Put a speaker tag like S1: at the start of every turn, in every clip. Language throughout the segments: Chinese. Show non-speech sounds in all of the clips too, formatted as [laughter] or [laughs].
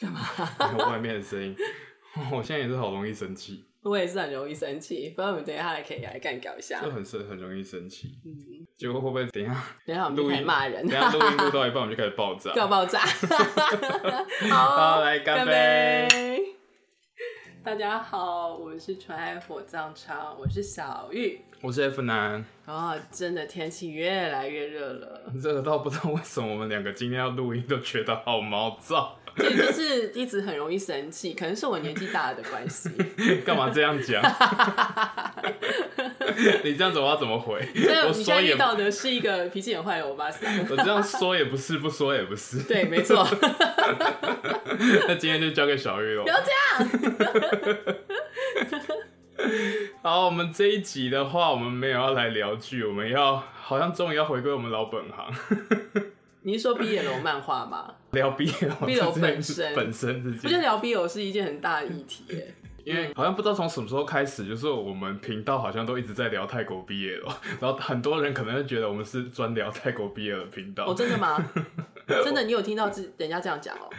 S1: 干嘛？
S2: 外面的声音，我现在也是好容易生气，
S1: 我也是很容易生气，不然我们等一下还可以来干搞一下
S2: 就。很生很容易生气。
S1: 嗯，
S2: 结果会不会等一下
S1: 等一下我们就
S2: 录
S1: 开始
S2: 音
S1: 骂人
S2: 等一，下录音录到一半我们就开始爆炸？
S1: [laughs] 要爆炸！
S2: [laughs] 好，
S1: 好，
S2: 来干
S1: 干
S2: 杯！
S1: 杯！大家好，我是纯爱火葬场，我是小玉。
S2: 我是 F 男，
S1: 哦，真的天气越来越热了，
S2: 热到不知道为什么我们两个今天要录音都觉得好毛躁，
S1: 这就是一直很容易生气，可能是我年纪大了的关系。
S2: 干嘛这样讲？ [laughs] 你这样子我要怎么回？
S1: 所以
S2: 我
S1: 你现在
S2: 说
S1: 遇
S2: 也不
S1: 到的是一个脾气很坏的欧巴桑。 [laughs]
S2: 我这样说也不是，不说也不是。
S1: 对，没错，
S2: 那 [laughs] 今天就交给小玉喽
S1: 不。要这样。
S2: 好，我们这一集的话，我们没有要来聊剧，我们要好像终于要回归我们老本行，
S1: 你是说 BL 漫画吗？
S2: 聊 BL
S1: BL
S2: 这件
S1: 本身
S2: 本身自
S1: 我觉
S2: 己
S1: 得，聊 BL 是一件很大的议题耶。
S2: 因为好像不知道从什么时候开始，就是我们频道好像都一直在聊泰国 BL，然后很多人可能会觉得我们是专聊泰国 BL 的频道，
S1: 哦，真
S2: [laughs]
S1: 的吗？真的，你有听到这人家这样讲哦？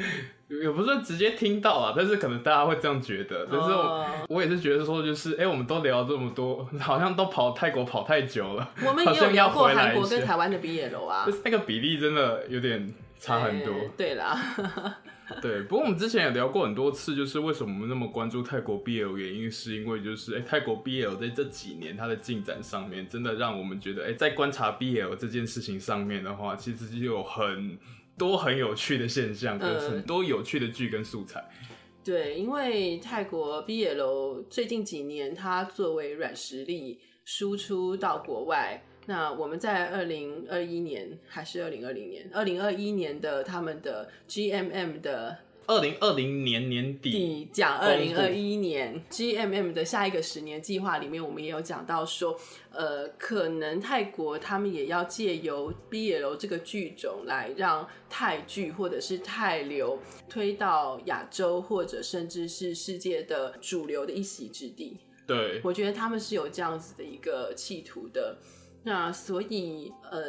S2: 也不是直接听到啊，但是可能大家会这样觉得，但是我。
S1: 哦
S2: 我也是觉得说，就是哎、诶我们都聊这么多，好像都跑泰国跑太久了，
S1: 我们
S2: 好
S1: 也有
S2: 像
S1: 聊
S2: 要
S1: 过
S2: 回来
S1: 韩
S2: 一
S1: 国跟
S2: 下。
S1: 台湾的 BL 啊
S2: 就，是那个比例真的有点差很多。
S1: 哎对啦，
S2: 对，不过我们之前也聊过很多次，就是为什么我们那么关注泰国 BL，原因是因为就是哎、诶泰国 BL 在这几年它的进展上面，真的让我们觉得哎、诶在观察 BL 这件事情上面的话，其实就有很多很有趣的现象，跟
S1: 嗯
S2: 很多有趣的剧跟素材。
S1: 对，因为泰国 BL 最近几年，它作为软实力输出到国外。那我们在二零二一年还是二零二零年，二零二一年的他们的 GMM 的
S2: 二零二零年年底，
S1: 底讲二
S2: 公
S1: 零
S2: 布
S1: 二一年 GMM 的下一个十年计划里面，我们也有讲到说，呃，可能泰国他们也要借由 BL 这个剧种来让泰剧或者是泰流推到亚洲或者甚至是世界的主流的一席之地。
S2: 对，
S1: 我觉得他们是有这样子的一个企图的。那所以呃，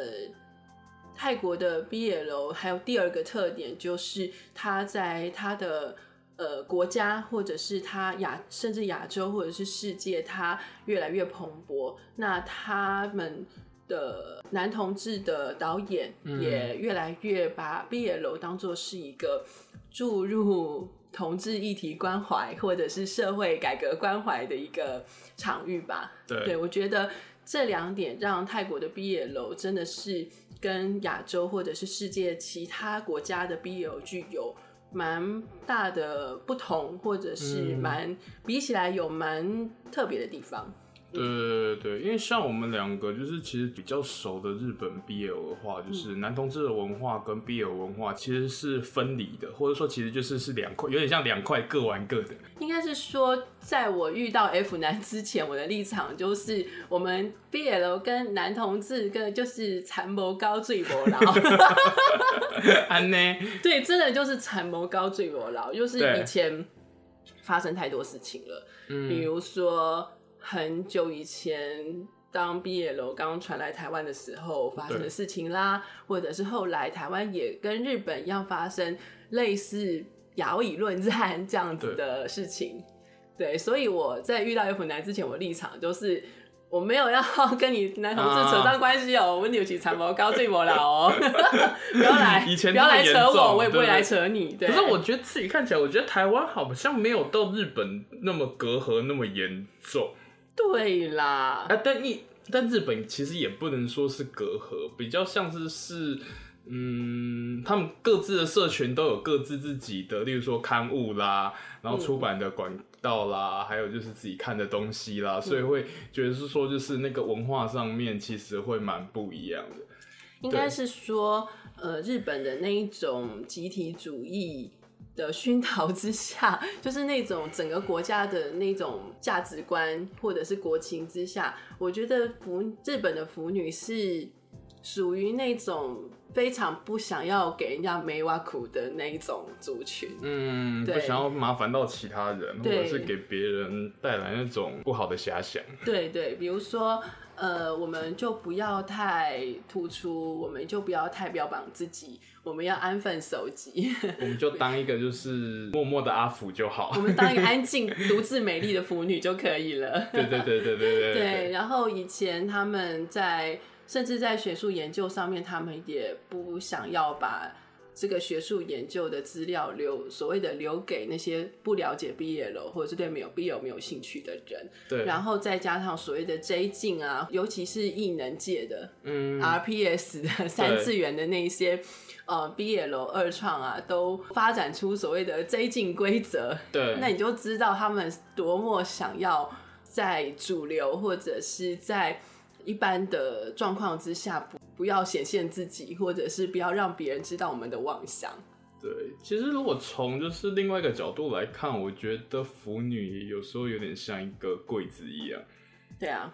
S1: 泰国的 BL 还有第二个特点就是它在它的呃国家或者是它亚甚至亚洲或者是世界，它越来越蓬勃。那他们。的男同志的导演
S2: 嗯
S1: 也越来越把 BL 当做是一个注入同志议题关怀或者是社会改革关怀的一个场域吧。
S2: 对
S1: 对，我觉得这两点让泰国的 BL 真的是跟亚洲或者是世界其他国家的 BL 具有蛮大的不同，或者是
S2: 嗯
S1: 蛮、比起来有蛮特别的地方。
S2: 对对对对，因为像我们两个就是其实比较熟的日本 BL 的话，就是男同志的文化跟 BL 文化其实是分离的，或者说其实就是是两块，有点像两块各玩各的。
S1: 应该是说，在我遇到 F 男之前，我的立场就是，我们 BL 跟男同志跟就是残谋高最魔老，
S2: 安呢？
S1: [laughs] 对，真的就是残谋高最魔老，就是
S2: 对
S1: 以前发生太多事情了，比
S2: 嗯，
S1: 如说很久以前。当 BL 刚传来台湾的时候发生的
S2: 对
S1: 事情啦，或者是后来台湾也跟日本一样发生类似摇椅论战这样子
S2: 对
S1: 的事情，对，所以我在遇到 F 男之前，我立场就是我没有要 [laughs] 跟你男同志
S2: 啊
S1: 扯上关系哦、我扭起长毛高最我老哦、不要来，
S2: 以前
S1: 不
S2: 那么
S1: 要来
S2: 严
S1: 扯我，
S2: 重
S1: 我也不会
S2: 对
S1: 来扯你。对，
S2: 可是我觉得自己看起来，我觉得台湾好像没有到日本那么隔阂那么严重
S1: 对啦，
S2: 啊，但一但日本其实也不能说是隔阂，比较像是是。嗯，他们各自的社群都有各自自己的，例如说刊物啦，然后出
S1: 嗯
S2: 版的管道啦，还有就是自己看的东西啦，所
S1: 嗯
S2: 以会觉得是说，就是那个文化上面其实会蛮不一样
S1: 嗯
S2: 的。
S1: 应该是说，呃，日本的那一种集体主义的熏陶之下，就是那种整个国家的那种价值观或者是国情之下，我觉得腐日本的腐女是属于那种非常不想要给人家没挖苦的那一种族群。
S2: 嗯，
S1: 对
S2: 不想要麻烦到其他人，或
S1: 对
S2: 者是给别人带来那种不好的遐想。
S1: 对对，比如说，呃，我们就不要太突出，我们就不要太标榜自己，我们要安分守己， [laughs]
S2: 我们就当一个就是默默的阿福就好。 [laughs]
S1: 我们当一个安静、独自美丽的腐女就可以了。
S2: 对对对对对对
S1: 对，然后以前他们在甚至在学术研究上面，他们也不想要把这个学术研究的资料留所谓的留给那些不了解 BL 或者是对没有 BL 没有兴趣的人，
S2: 对，
S1: 然后再加上所谓的 J 镜啊，尤其是异能界的
S2: 嗯，
S1: RPS 的三次元的那一些呃 BL 二创啊，都发展出所谓的 J 进规则，
S2: 对，
S1: 那你就知道他们多么想要在主流或者是在一般的状况之下不不要显现自己，或者是不要让别人知道我们的妄想。
S2: 对，其实如果从就是另外一个角度来看，我觉得腐女有时候有点像一个柜子一
S1: [laughs]
S2: 样。
S1: 对啊，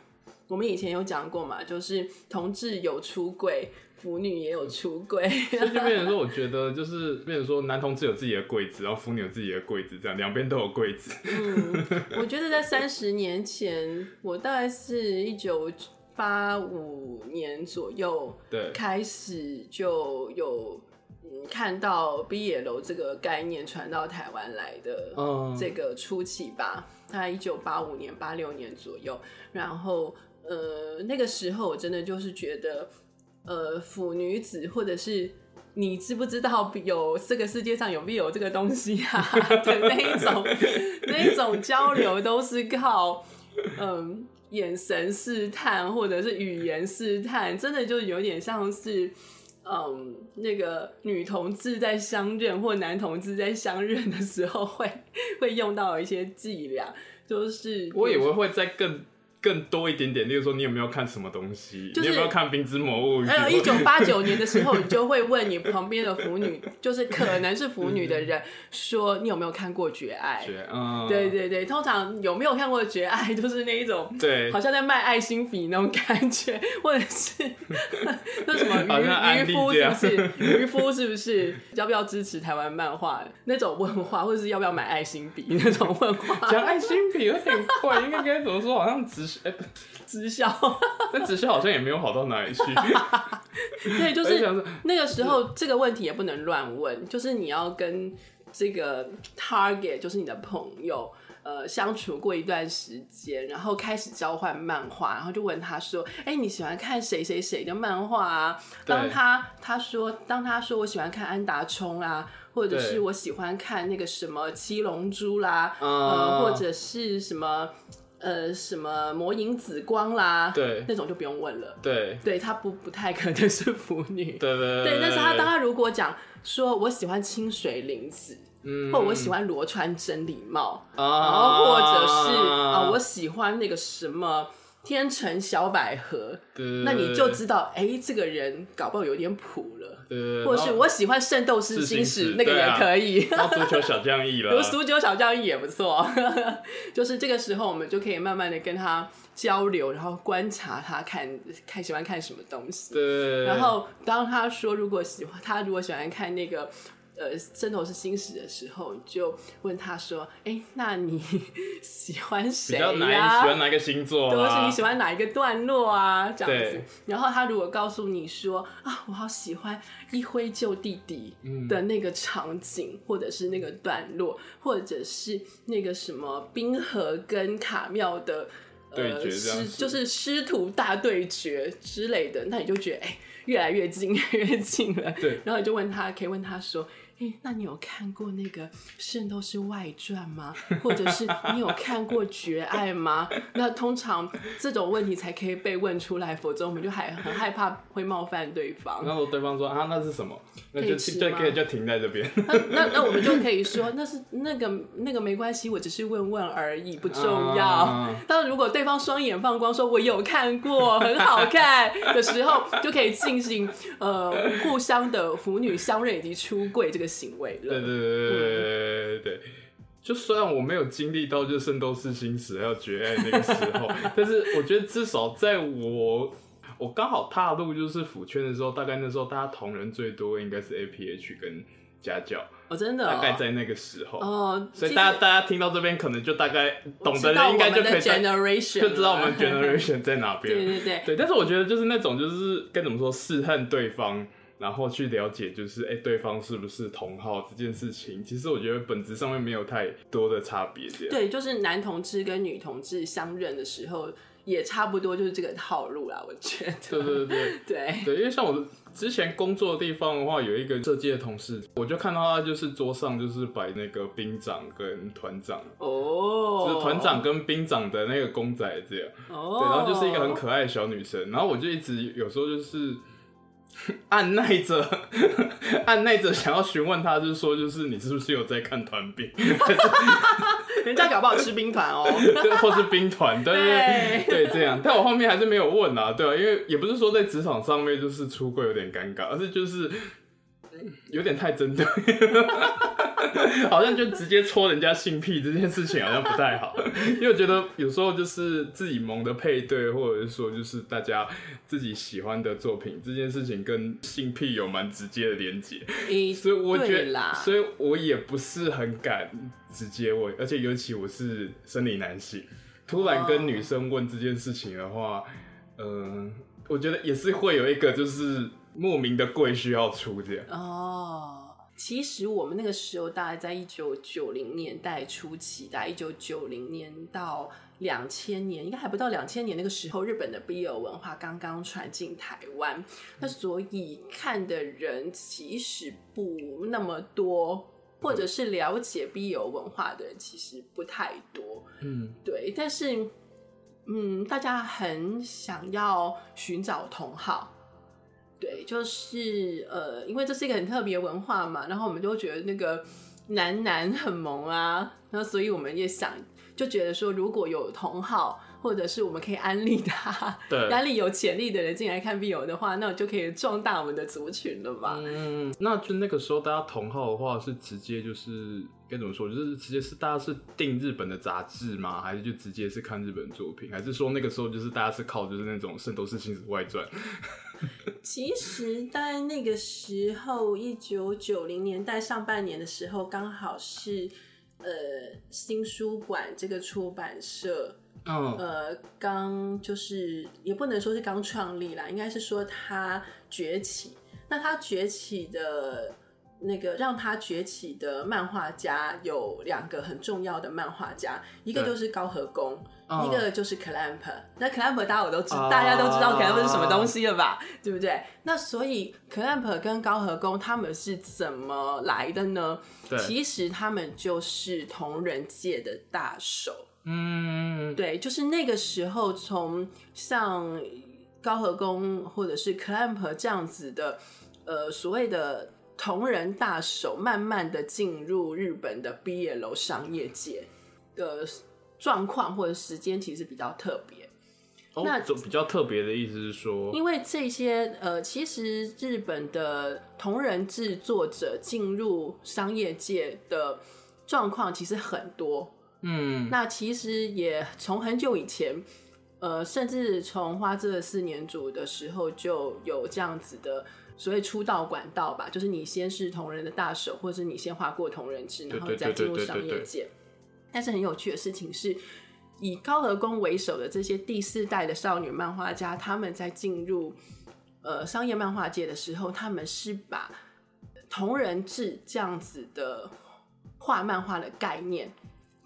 S1: 我们以前有讲过嘛，就是同志有出柜，腐女也有出 [laughs] 柜。
S2: 所以就变成说，我觉得就是变成说，男同志有自己的柜子，然后腐女有自己的柜子，这样两边都有柜
S1: [laughs]
S2: 子。
S1: 嗯我觉得在三十年前，我大概是一九八五年左右
S2: 对，
S1: 开始就有嗯看到 BL 这个概念传到台湾来的
S2: 嗯
S1: 这个初期吧，大概一九八五年、八六年左右。然后呃，那个时候我真的就是觉得，呃，腐女子或者是。你知不知道有这个世界上有 BL 这个东西啊？ [laughs] 对，那一种那一种交流都是靠嗯，眼神试探或者是语言试探，真的就有点像是，嗯，那个女同志在相认或男同志在相认的时候会会用到的一些伎俩，就是
S2: 我以为会再更更多一点点，例如说你有没有看什么东西，
S1: 就是
S2: 你有没有看《冰之魔物语》
S1: 还
S2: [laughs]
S1: 呃有一九八九年的时候，你就会问你旁边的腐女，就是可能是腐女的人，说你有没有看过《绝爱》？
S2: 觉，嗯，
S1: 对对对，通常有没有看过《绝爱》，就是那一种
S2: 对
S1: 好像在卖爱心笔那种感觉， [laughs] 或者是那什
S2: 好像
S1: 么
S2: 安
S1: 渔
S2: 利
S1: 渔夫
S2: 这
S1: 是
S2: 样
S1: 不是？渔夫是不是要不要支持台湾漫画那种问话，或者是要不要买爱心笔那种问话？
S2: 讲爱心笔有点怪，应该该怎么说？好像直销，哎、不
S1: 直销， [laughs]
S2: 但直销好像也没有好到哪里去。
S1: 对， [laughs] 就
S2: 我就是想说，
S1: 那个时候这个问题也不能乱问，就是你要跟这个 target，就是你的朋友。呃，相处过一段时间，然后开始交换漫画，然后就问他说：“哎、你喜欢看谁谁谁的漫画啊？”
S2: 对
S1: 当他他说当他说我喜欢看安达充啊，或者是
S2: 对
S1: 我喜欢看那个什么七龙珠啦，呃，
S2: 嗯
S1: 或者是什么呃什么魔影紫光啦，
S2: 对
S1: 那种就不用问了。
S2: 对
S1: 对他不不太可能是腐女，
S2: 对对
S1: 对，但是他
S2: 然，
S1: 当他如果讲说我喜欢清水玲子，
S2: 嗯
S1: 或我喜欢罗川真理茂，然
S2: 啊
S1: 后或者是啊、我喜欢那个什么天成小百合，
S2: 对对对
S1: 那你就知道，哎，这个人搞不好有点谱了。
S2: 对对对
S1: 或者是
S2: 然后
S1: 我喜欢圣斗士星矢，那
S2: [laughs]
S1: 个
S2: 对
S1: 也
S2: 啊
S1: 可以。
S2: 然后足球小将翼
S1: 读
S2: 了，
S1: 苏九小教育也不错， [laughs] 就是这个时候我们就可以慢慢的跟他交流，然后观察他看看喜欢看什么东西。
S2: 对，
S1: 然后当他说如果喜欢他如果喜欢看那个呃《圣斗士星矢》的时候，你就问他说：“哎，那你 [laughs] 喜欢
S2: 比
S1: 谁
S2: 较难，
S1: 呀、
S2: 喜欢哪个星座、啊？
S1: 或者是你喜欢哪一个段落啊？这样子
S2: 对。
S1: 然后他如果告诉你说啊，我好喜欢一挥就弟弟的那个场景，或者是那个段落，或者是那个什么冰河跟卡妙的。
S2: 对
S1: 呃，
S2: 决这样
S1: 师
S2: 子
S1: 就是师徒大对决之类的，那你就觉得哎、越来越近，越 [laughs] 来越近了。
S2: 对
S1: 然后你就问他，可以问他说：“哎、那你有看过那个《圣斗士外传》吗？或者是你有看过《绝爱》吗？” [laughs] 那通常这种问题才可以被问出来，否则我们就还很害怕会冒犯对方。
S2: 然后对方说啊，那是什么？那
S1: 可
S2: 就
S1: 以吃
S2: 就
S1: 吗
S2: 可以就停在这边。
S1: 那那那我们就可以说，那是那个那个没关系，我只是问问而已，不重要
S2: 啊。
S1: 但如果对方双眼放光，说我有看过，很好看的时候，就可以进行呃互相的腐女相认以及出柜这个行为
S2: 对对
S1: 了。
S2: 对对对对对对。就虽然我没有经历到就圣斗士星矢还有绝爱那个时候，但是我觉得至少在我我刚好踏入就是腐圈的时候，大概那时候大家同人最多应该是 A P H 跟家教，
S1: 哦，真的、哦，
S2: 大概在那个时候。
S1: 哦，
S2: 所以
S1: 其实
S2: 大家大家听到这边，可能就大概懂的
S1: 知道
S2: 人应该就可以
S1: 我们的 generation
S2: 就知道我们
S1: 了
S2: generation 在哪边。
S1: 对对对
S2: 对，但是我觉得就是那种就是该怎么说试探对方，然后去了解就是哎、对方是不是同好这件事情，其实我觉得本质上面没有太多的差别。这样
S1: 对，就是男同志跟女同志相认的时候，也差不多就是这个套路啦，我觉得。
S2: 对对对
S1: 对，
S2: 对，因为像我之前工作的地方的话，有一个设计的同事，我就看到他就是桌上就是摆那个兵长跟团长，
S1: 哦，
S2: 就是团长跟兵长的那个公仔这样。
S1: 哦，
S2: 对，然后就是一个很可爱的小女生，然后我就一直有时候就是 [laughs] 按耐着， [laughs] 按耐着想要询问她，就是说，就是你是不是有在看团兵，
S1: 人家搞不好吃兵团哦，
S2: [laughs] 或是兵团，对 [laughs] 对对，对这样。但我后面还是没有问啊，对啊，因为也不是说在职场上面就是出柜有点尴尬，而是就是有点太针对。 [laughs] 好像就直接戳人家性癖这件事情好像不太好，因为我觉得有时候就是自己萌的配对，或者是说就是大家自己喜欢的作品这件事情，跟性癖有蛮直接的连接，
S1: 一
S2: 所以我觉
S1: 对
S2: 得，
S1: 啦，
S2: 所以我也不是很敢直接问，而且尤其我是生理男性，突然跟女生问这件事情的话，嗯、我觉得也是会有一个就是莫名的贵需要出这样。
S1: 哦，其实我们那个时候大概在一九九零年代初期，大概一九九零年到两千年，应该还不到两千年那个时候，日本的 BL 文化刚刚传进台湾，那所以看的人其实不那么多。或者是了解 BL 文化的人其实不太多，
S2: 嗯，
S1: 对，但是，嗯，大家很想要寻找同好，对，就是呃，因为这是一个很特别的文化嘛，然后我们就觉得那个男男很萌啊，然后所以我们也想就觉得说，如果有同好，或者是我们可以安利他， [laughs]
S2: 对。
S1: 安利有潜力的人进来看 BL 的话，那我就可以壮大我们的族群了吧？
S2: 嗯，那就那个时候大家同号的话是直接就是该怎么说，就是直接是大家是订日本的杂志吗？还是就直接是看日本作品？还是说那个时候就是大家是靠就是那种《圣斗士星矢外传》？
S1: 其实在那个时候，一九九零年代上半年的时候，刚好是呃新书馆这个出版社
S2: 嗯，
S1: 呃刚就是也不能说是刚创立啦，应该是说它崛起。那它崛起的那个让它崛起的漫画家有两个很重要的漫画家，一个
S2: 对
S1: 就是高和宫，
S2: 嗯
S1: 一个就是 clamp，那 clamp 大家我都知，
S2: 啊
S1: 大家都知道 clamp 是什么东西了吧，对不对？那所以 clamp 跟高和宫他们是怎么来的呢？
S2: 对
S1: 其实他们就是同人界的大手，
S2: 嗯，
S1: 对，就是那个时候从像高和宫或者是 clamp 这样子的，呃，所谓的同人大手，慢慢的进入日本的 BL 商业界的状况或者时间，其实比较特别。
S2: 哦
S1: 那
S2: 总比较特别的意思是说，
S1: 因为这些呃，其实日本的同人制作者进入商业界的状况其实很多。
S2: 嗯，
S1: 那其实也从很久以前，呃，甚至从花这四年组的时候就有这样子的所谓出道管道吧，就是你先是同人的大手，或者是你先画过同人志，
S2: 对
S1: 然后再
S2: 对对
S1: 进入
S2: 对对
S1: 商
S2: 对
S1: 业
S2: 对
S1: 界。但是很有趣的事情是，以高和宫为首的这些第四代的少女漫画家，他们在进入呃商业漫画界的时候，他们是把同人志这样子的画漫画的概念，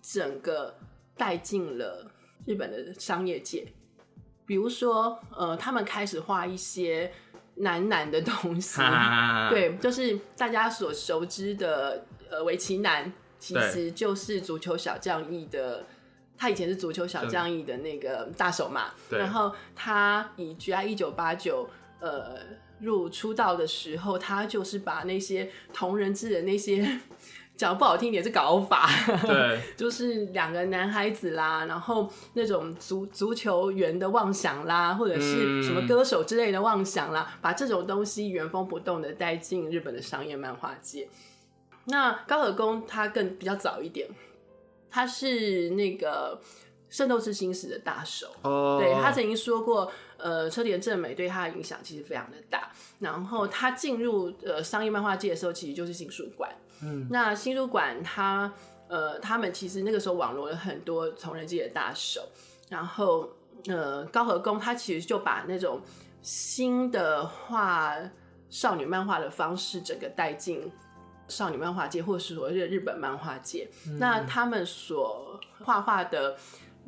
S1: 整个带进了日本的商业界。比如说，呃，他们开始画一些男男的东西，
S2: 哈，
S1: 对，就是大家所熟知的呃围棋男，其
S2: 对
S1: 实就是足球小将翼的。他以前是足球小将翼的那个大手嘛，
S2: 对
S1: 然后他以 GI 一九八九呃入出道的时候，他就是把那些同人志的那些 [laughs] 讲不好听点是搞法， [laughs]
S2: 对，
S1: 就是两个男孩子啦，然后那种足足球员的妄想啦，或者是什么歌手之类的妄想啦，把这种东西原封不动的带进日本的商业漫画界。那高和宫他更比较早一点，他是那个《圣斗士星矢》的大手。
S2: 哦，
S1: 对他曾经说过，呃，车田正美对他的影响其实非常的大。然后他进入呃商业漫画界的时候，其实就是新书馆。
S2: 嗯，
S1: 那新书馆他呃，他们其实那个时候网罗了很多同人界的大手，然后呃，高和宫他其实就把那种新的画少女漫画的方式，整个带进少女漫画界，或是所谓的日本漫画界。
S2: 嗯
S1: 那他们所画画的，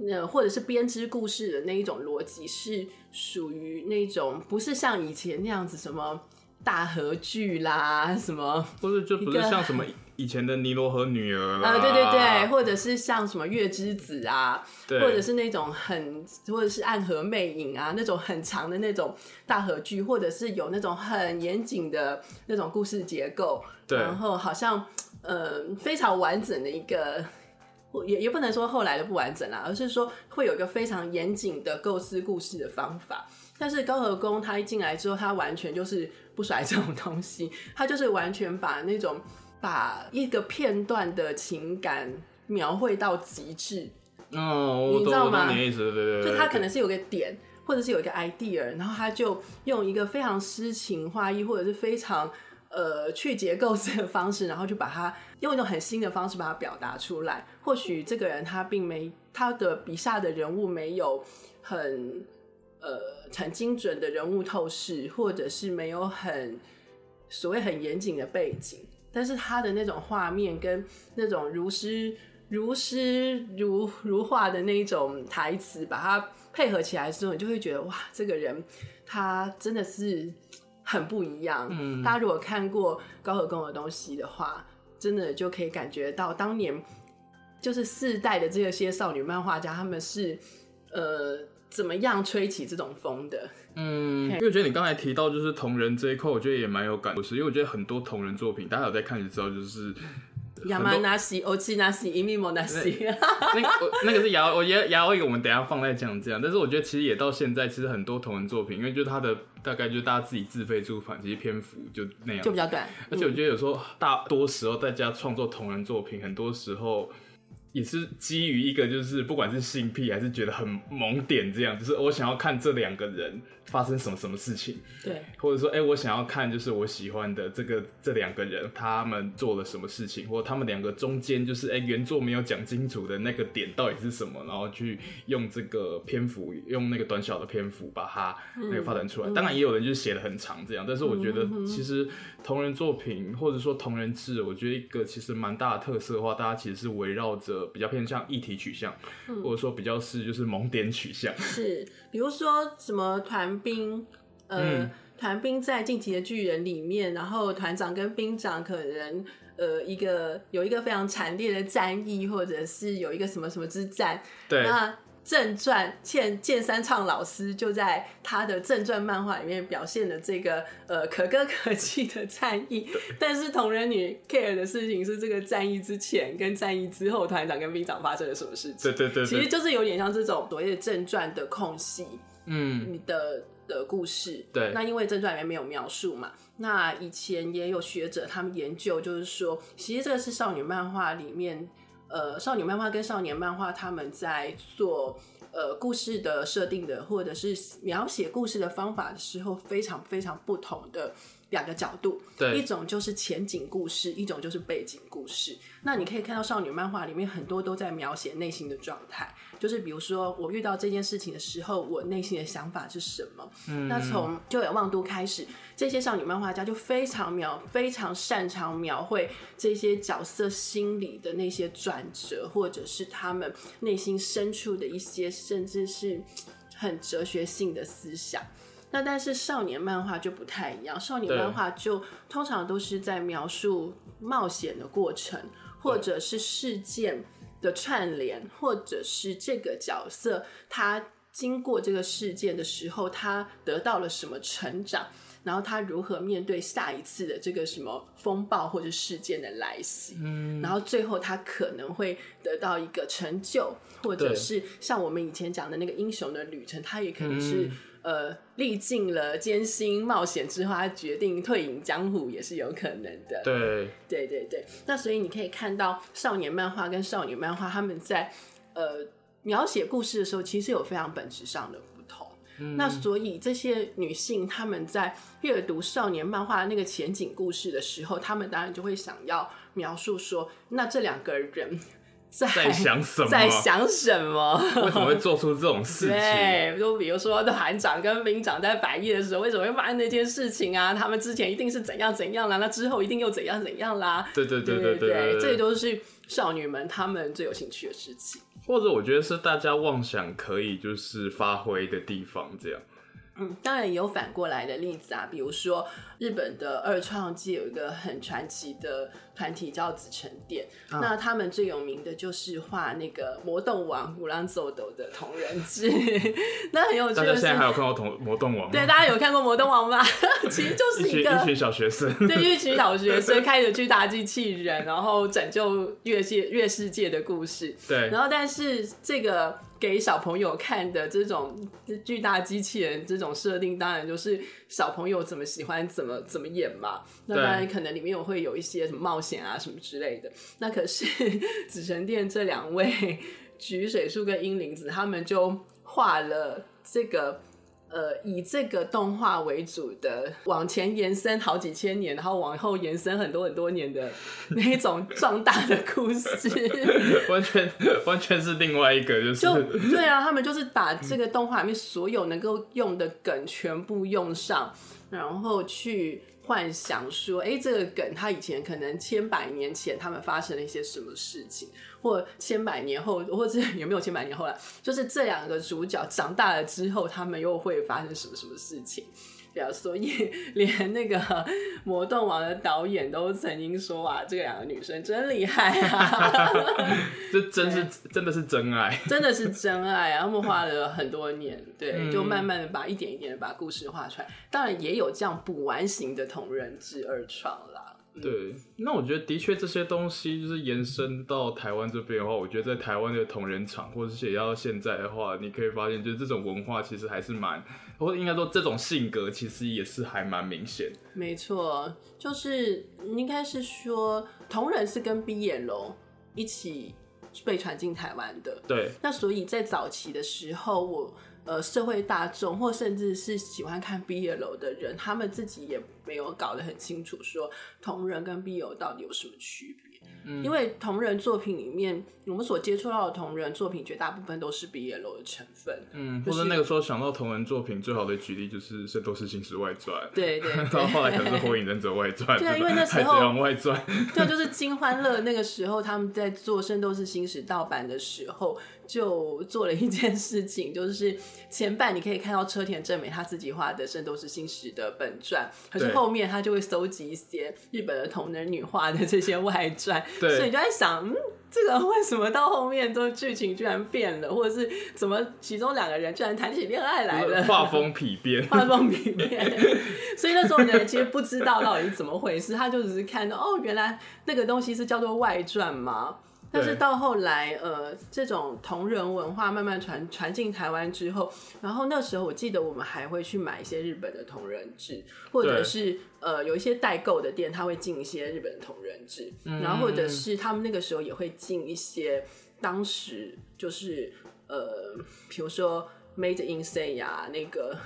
S1: 呃，或者是编织故事的那一种逻辑，是属于那种不是像以前那样子什么大合剧啦，什么
S2: 或者就不
S1: 一
S2: 是
S1: 个
S2: 像什么以前的尼罗河女儿啦，
S1: 呃，对对对，或者是像什么月之子啊，
S2: 对，
S1: 或者是那种很，或者是暗河魅影啊，那种很长的那种大合剧，或者是有那种很严谨的那种故事结构，
S2: 对
S1: 然后好像呃非常完整的一个。 [laughs] 也也不能说后来的不完整啊啦，而是说会有一个非常严谨的构思故事的方法。但是高和宫他一进来之后，他完全就是不甩这种东西，他就是完全把那种把一个片段的情感描绘到极致，
S2: 嗯，我
S1: 你知
S2: 懂
S1: 道
S2: 我
S1: 吗
S2: 懂你的意思，对对对，
S1: 就
S2: 对
S1: 他可能是有个点，或者是有一个 idea，然后他就用一个非常诗情画意，或者是非常呃去结构式的方式，然后就把它用一种很新的方式把它表达出来。或许这个人他并没他的笔下的人物没有很呃很精准的人物透视，或者是没有很所谓很严谨的背景，但是他的那种画面跟那种如诗如诗如如画的那一种台词，把它配合起来之后，你就会觉得哇，这个人他真的是很不一样。嗯，大家如果看过高和宫的东西的话，真的就可以感觉到当年就是世代的这些少女漫画家，他们是呃怎么样吹起这种风的。
S2: 嗯，因为我觉得你刚才提到就是同人这一块，我觉得也蛮有感触，因为我觉得很多同人作品，大家有在看就知道，就是
S1: 亚麻纳西、欧气纳西、伊米莫纳西，
S2: 那个我那个是牙，我牙牙我们等一下放在讲这样，但是我觉得其实也到现在，其实很多同人作品，因为就它的大概就大家自己自费出版，其实篇幅就那样
S1: 就，比较短。嗯
S2: 而且我觉得有时候大多时候大家创作同人作品，很多时候。也是基于一个，就是不管是性癖还是觉得很萌点这样，就是我想要看这两个人发生什么什么事情，
S1: 对，
S2: 或者说，哎、我想要看就是我喜欢的这个这两个人他们做了什么事情，或他们两个中间就是哎、原作没有讲清楚的那个点到底是什么，然后去用这个篇幅，用那个短小的篇幅把它
S1: 嗯
S2: 那个发展出来。当然也有人就是写的很长这样，但是我觉得其实嗯同人作品或者说同人志，我觉得一个其实蛮大的特色的话，大家其实是围绕着比较偏向议题取向，
S1: 嗯
S2: 或者说比较是就是萌点取向。
S1: 是，比如说什么团兵，呃
S2: 嗯，
S1: 团、兵在《进击的巨人》里面，然后团长跟兵长可能呃一个有一个非常惨烈的战役，或者是有一个什么什么之战。
S2: 对，
S1: 那正传剑剑三唱老师就在他的正传漫画里面表现了这个呃可歌可泣的战役，但是同人女 care 的事情是这个战役之前跟战役之后团长跟兵长发生了什么事情。
S2: 对对对
S1: 其实
S2: 对，
S1: 就是有点像这种所谓的正传的空隙，
S2: 嗯。
S1: 你的的故事。
S2: 对
S1: 那因为正传里面没有描述嘛，那以前也有学者他们研究，就是说，其实这个是少女漫画里面，呃，少女漫画跟少年漫画他们在做。呃，故事的设定的，或者是描写故事的方法的时候，非常非常不同的两个角度。
S2: 对
S1: 一种就是前景故事，一种就是背景故事。那你可以看到少女漫画里面很多都在描写内心的状态，就是比如说我遇到这件事情的时候，我内心的想法是什么。嗯、那从《就有望都》开始，这些少女漫画家就非常描非常擅长描绘这些角色心理的那些转折，或者是他们内心深处的一些，甚至是很哲学性的思想。那但是少年漫画就不太一样，少年
S2: 对
S1: 漫画就通常都是在描述冒险的过程，或者是事件的串联，或者是这个角色他经过这个事件的时候，他得到了什么成长，然后他如何面对下一次的这个什么风暴或者事件的来袭，嗯，然后最后他可能会得到一个成就，或者
S2: 对
S1: 是像我们以前讲的那个英雄的旅程，他也可能是、呃历尽了艰辛冒险之后，他决定退隐江湖也是有可能的，
S2: 对，
S1: 对对对，那所以你可以看到少年漫画跟少女漫画他们在呃描写故事的时候，其实有非常本质上的不同。
S2: 嗯
S1: 那所以这些女性她们在阅读少年漫画的那个前景故事的时候，她们当然就会想要描述说，那这两个人在
S2: 在想什么？
S1: 在想什么？
S2: [laughs] 为什么会做出这
S1: [laughs]
S2: 种事情？
S1: 对，就比如说团长跟兵长在百夜的时候，为什么会发生那件事情啊？他们之前一定是怎样怎样啦，那之后一定又怎样怎样啦。
S2: 对对对
S1: 对
S2: 对对
S1: 这都是少女们她们最有兴趣的事情。
S2: 或者我觉得是大家妄想可以就是发挥的地方，这样。
S1: 嗯，当然也有反过来的例子啊，比如说日本的二创界有一个很传奇的团体叫紫城殿，
S2: 啊
S1: 那他们最有名的就是画那个魔动王五郎奏斗的同人志， [laughs] 那很有趣
S2: 大家
S1: 的
S2: 现
S1: 是，
S2: 在还有看过《同魔动王》吗？
S1: 对大家有看过魔动王吗？ [laughs] 其实就
S2: 一
S1: 是
S2: 群
S1: 一
S2: 一
S1: 个
S2: 群小学生，
S1: 对，一群小学生开着巨大机器人，然后拯救月界月世界的故事。
S2: 对，
S1: 然后，但是这个给小朋友看的这种巨大机器人这种设定，当然就是小朋友怎么喜欢怎么怎么演嘛。那
S2: 对
S1: 当然，可能里面有会有一些什么冒险啊什么之类的。那可是紫神殿这两位菊水树跟樱林子，他们就画了这个。呃，以这个动画为主的，往前延伸好几千年，然后往后延伸很多很多年的那一种壮大的故事，
S2: 完全 [laughs] 完全是另外一个，就是
S1: 就对啊，他们就是把这个动画里面所有能够用的梗全部用上，然后去幻想说，哎、这个梗它以前可能千百年前他们发生了一些什么事情，或千百年后，或者有没有千百年后啦，就是这两个主角长大了之后，他们又会发生什么什么事情。对啊，所以连那个 [laughs] 《魔动王》的导演都曾经说啊，这两个女生真厉害啊！
S2: 这真是真的是真爱。
S1: 真的是真爱啊！他们画了很多年，对，
S2: 嗯
S1: 就慢慢的把一点一点的把故事画出来。当然也有这样补完型的同人志二创啦。
S2: 对，那我觉得的确这些东西就是延伸到台湾这边的话，我觉得在台湾的同人场或者是写到现在的话，你可以发现，就是这种文化其实还是蛮，或者应该说这种性格其实也是还蛮明显。
S1: 没错，就是应该是说同人是跟 BL 一起被传进台湾的。
S2: 对，
S1: 那所以在早期的时候，我呃社会大众或甚至是喜欢看 BL 的人，他们自己也没有搞得很清楚，说同人跟 BL 到底有什么区别。因为同人作品里面，我们所接触到的同人作品，绝大部分都是 BL 的成分。
S2: 嗯，
S1: 就
S2: 或
S1: 是
S2: 者那个时候想到同人作品最好的举例就是《圣斗士星矢外传》。
S1: 对对对，
S2: 到后来可能是《火影忍者外传》，
S1: 对啊
S2: 是吧
S1: 因为那时候
S2: 海贼王外传》
S1: [laughs] 对，就是金欢乐那个时候，他们在做《圣斗士星矢》盗版的时候，就做了一件事情，就是前半你可以看到车田正美他自己画的《圣斗士星矢》的本传，可是
S2: 对
S1: 后面他就会搜集一些日本的同人女画的这些外传，
S2: 对
S1: 所以你就在想，嗯，这个为什么到后面都剧情居然变了，或者是怎么其中两个人居然谈起恋爱来
S2: 就是
S1: 了？
S2: 画风丕变。
S1: 画风里面， [laughs] 所以那时候人其实不知道到底是怎么回事，他就只是看到哦，原来那个东西是叫做外传嘛。但
S2: 对
S1: 是到后来，呃，这种同人文化慢慢传传进台湾之后，然后那时候我记得我们还会去买一些日本的同人志，或者
S2: 对
S1: 是呃有一些代购的店，他会进一些日本的同人志，
S2: 嗯
S1: 然后或者是他们那个时候也会进一些当时就是呃，比如说 Made in Say 呀、那个
S2: 嗯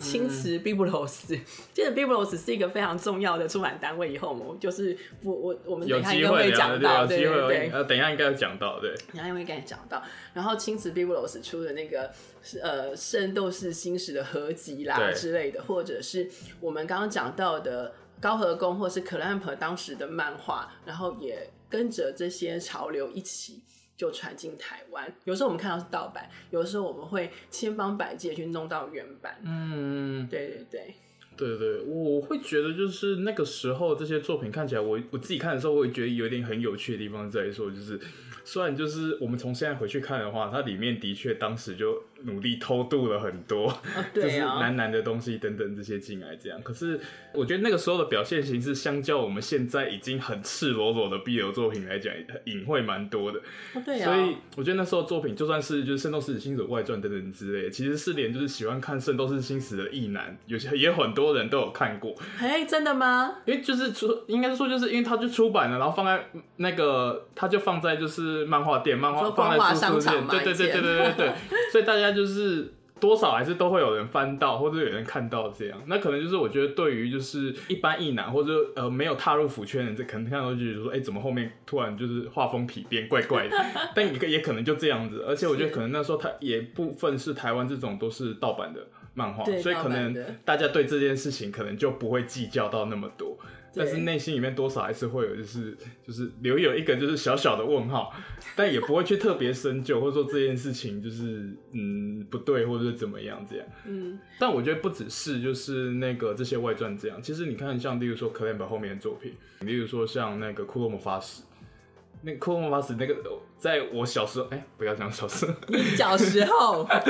S1: 青瓷 Biblos，、记得 Biblos 是一个非常重要的出版单位。以后我们就是我我我们
S2: 有
S1: 等一下应
S2: 机
S1: 该
S2: 会
S1: 会
S2: 聊，
S1: 讲
S2: 对，
S1: 到，
S2: 有
S1: 对
S2: 机
S1: 对
S2: 会
S1: 对
S2: 有，，呃，等一下应该有讲到，对，
S1: 然后因为刚才讲到，然后亲子 Biblos 出的那个是呃《圣斗士星矢》的合集啦
S2: 对
S1: 之类的，或者是我们刚刚讲到的高和宫或是 Clamp 当时的漫画，然后也跟着这些潮流一起。就传进台湾，有时候我们看到是盗版，有时候我们会千方百计地去弄到原版。
S2: 嗯，
S1: 对对对，
S2: 对对，我会觉得就是那个时候这些作品看起来我，我自己看的时候，我也觉得有点很有趣的地方在于说，就是虽然就是我们从现在回去看的话，它里面的确当时就努力偷渡了很多，
S1: 啊，
S2: 就
S1: 对
S2: 是
S1: 啊，
S2: 男男的东西等等这些进来，这样。可是我觉得那个时候的表现形式，相较我们现在已经很赤裸裸的 BL 作品来讲，隐晦蛮多的。
S1: 啊对
S2: 所以
S1: 啊，
S2: 我觉得那时候作品，就算是就是《圣斗士星矢外传》等等之类的，其实是连就是喜欢看《圣斗士星矢》的异男，有些也很多人都有看过，
S1: 哎，真的吗？
S2: 因为就是出，应该说就是因为它就出版了，然后放在那个，它就放在就是漫画店、漫画
S1: 说
S2: 放
S1: 光华
S2: 在
S1: 商
S2: 租书
S1: 场
S2: 店，
S1: 嘛
S2: 对对对对对对
S1: [laughs]
S2: 对，所以大家就是多少还是都会有人翻到，或者有人看到这样。那可能就是我觉得对于就是一般异男或者呃没有踏入腐圈的人，这可能看到就觉得说，哎、怎么后面突然就是画风丕变，怪怪
S1: [laughs]
S2: 的。但也也可能就这样子，而且我觉得
S1: 是
S2: 可能那时候它也部分是台湾这种都是盗版的。漫画
S1: 对，
S2: 所以
S1: 盗
S2: 可
S1: 版
S2: 能
S1: 的
S2: 大家对这件事情可能就不会计较到那么多，
S1: 对
S2: 但是内心里面多少还是会有，就是就是留有一个就是小小的问号， [laughs] 但也不会去特别深究，或者说这件事情就是嗯不对，或者是怎么样这样。
S1: 嗯，
S2: 但我觉得不只是就是那个这些外传这样，其实你看像例如说 Clamp 后面的作品，例如说像那个《库洛魔法使》，那《库洛魔法使》那个 [laughs] 在我小时候，哎、不要讲小时候，
S1: 小时候
S2: [laughs]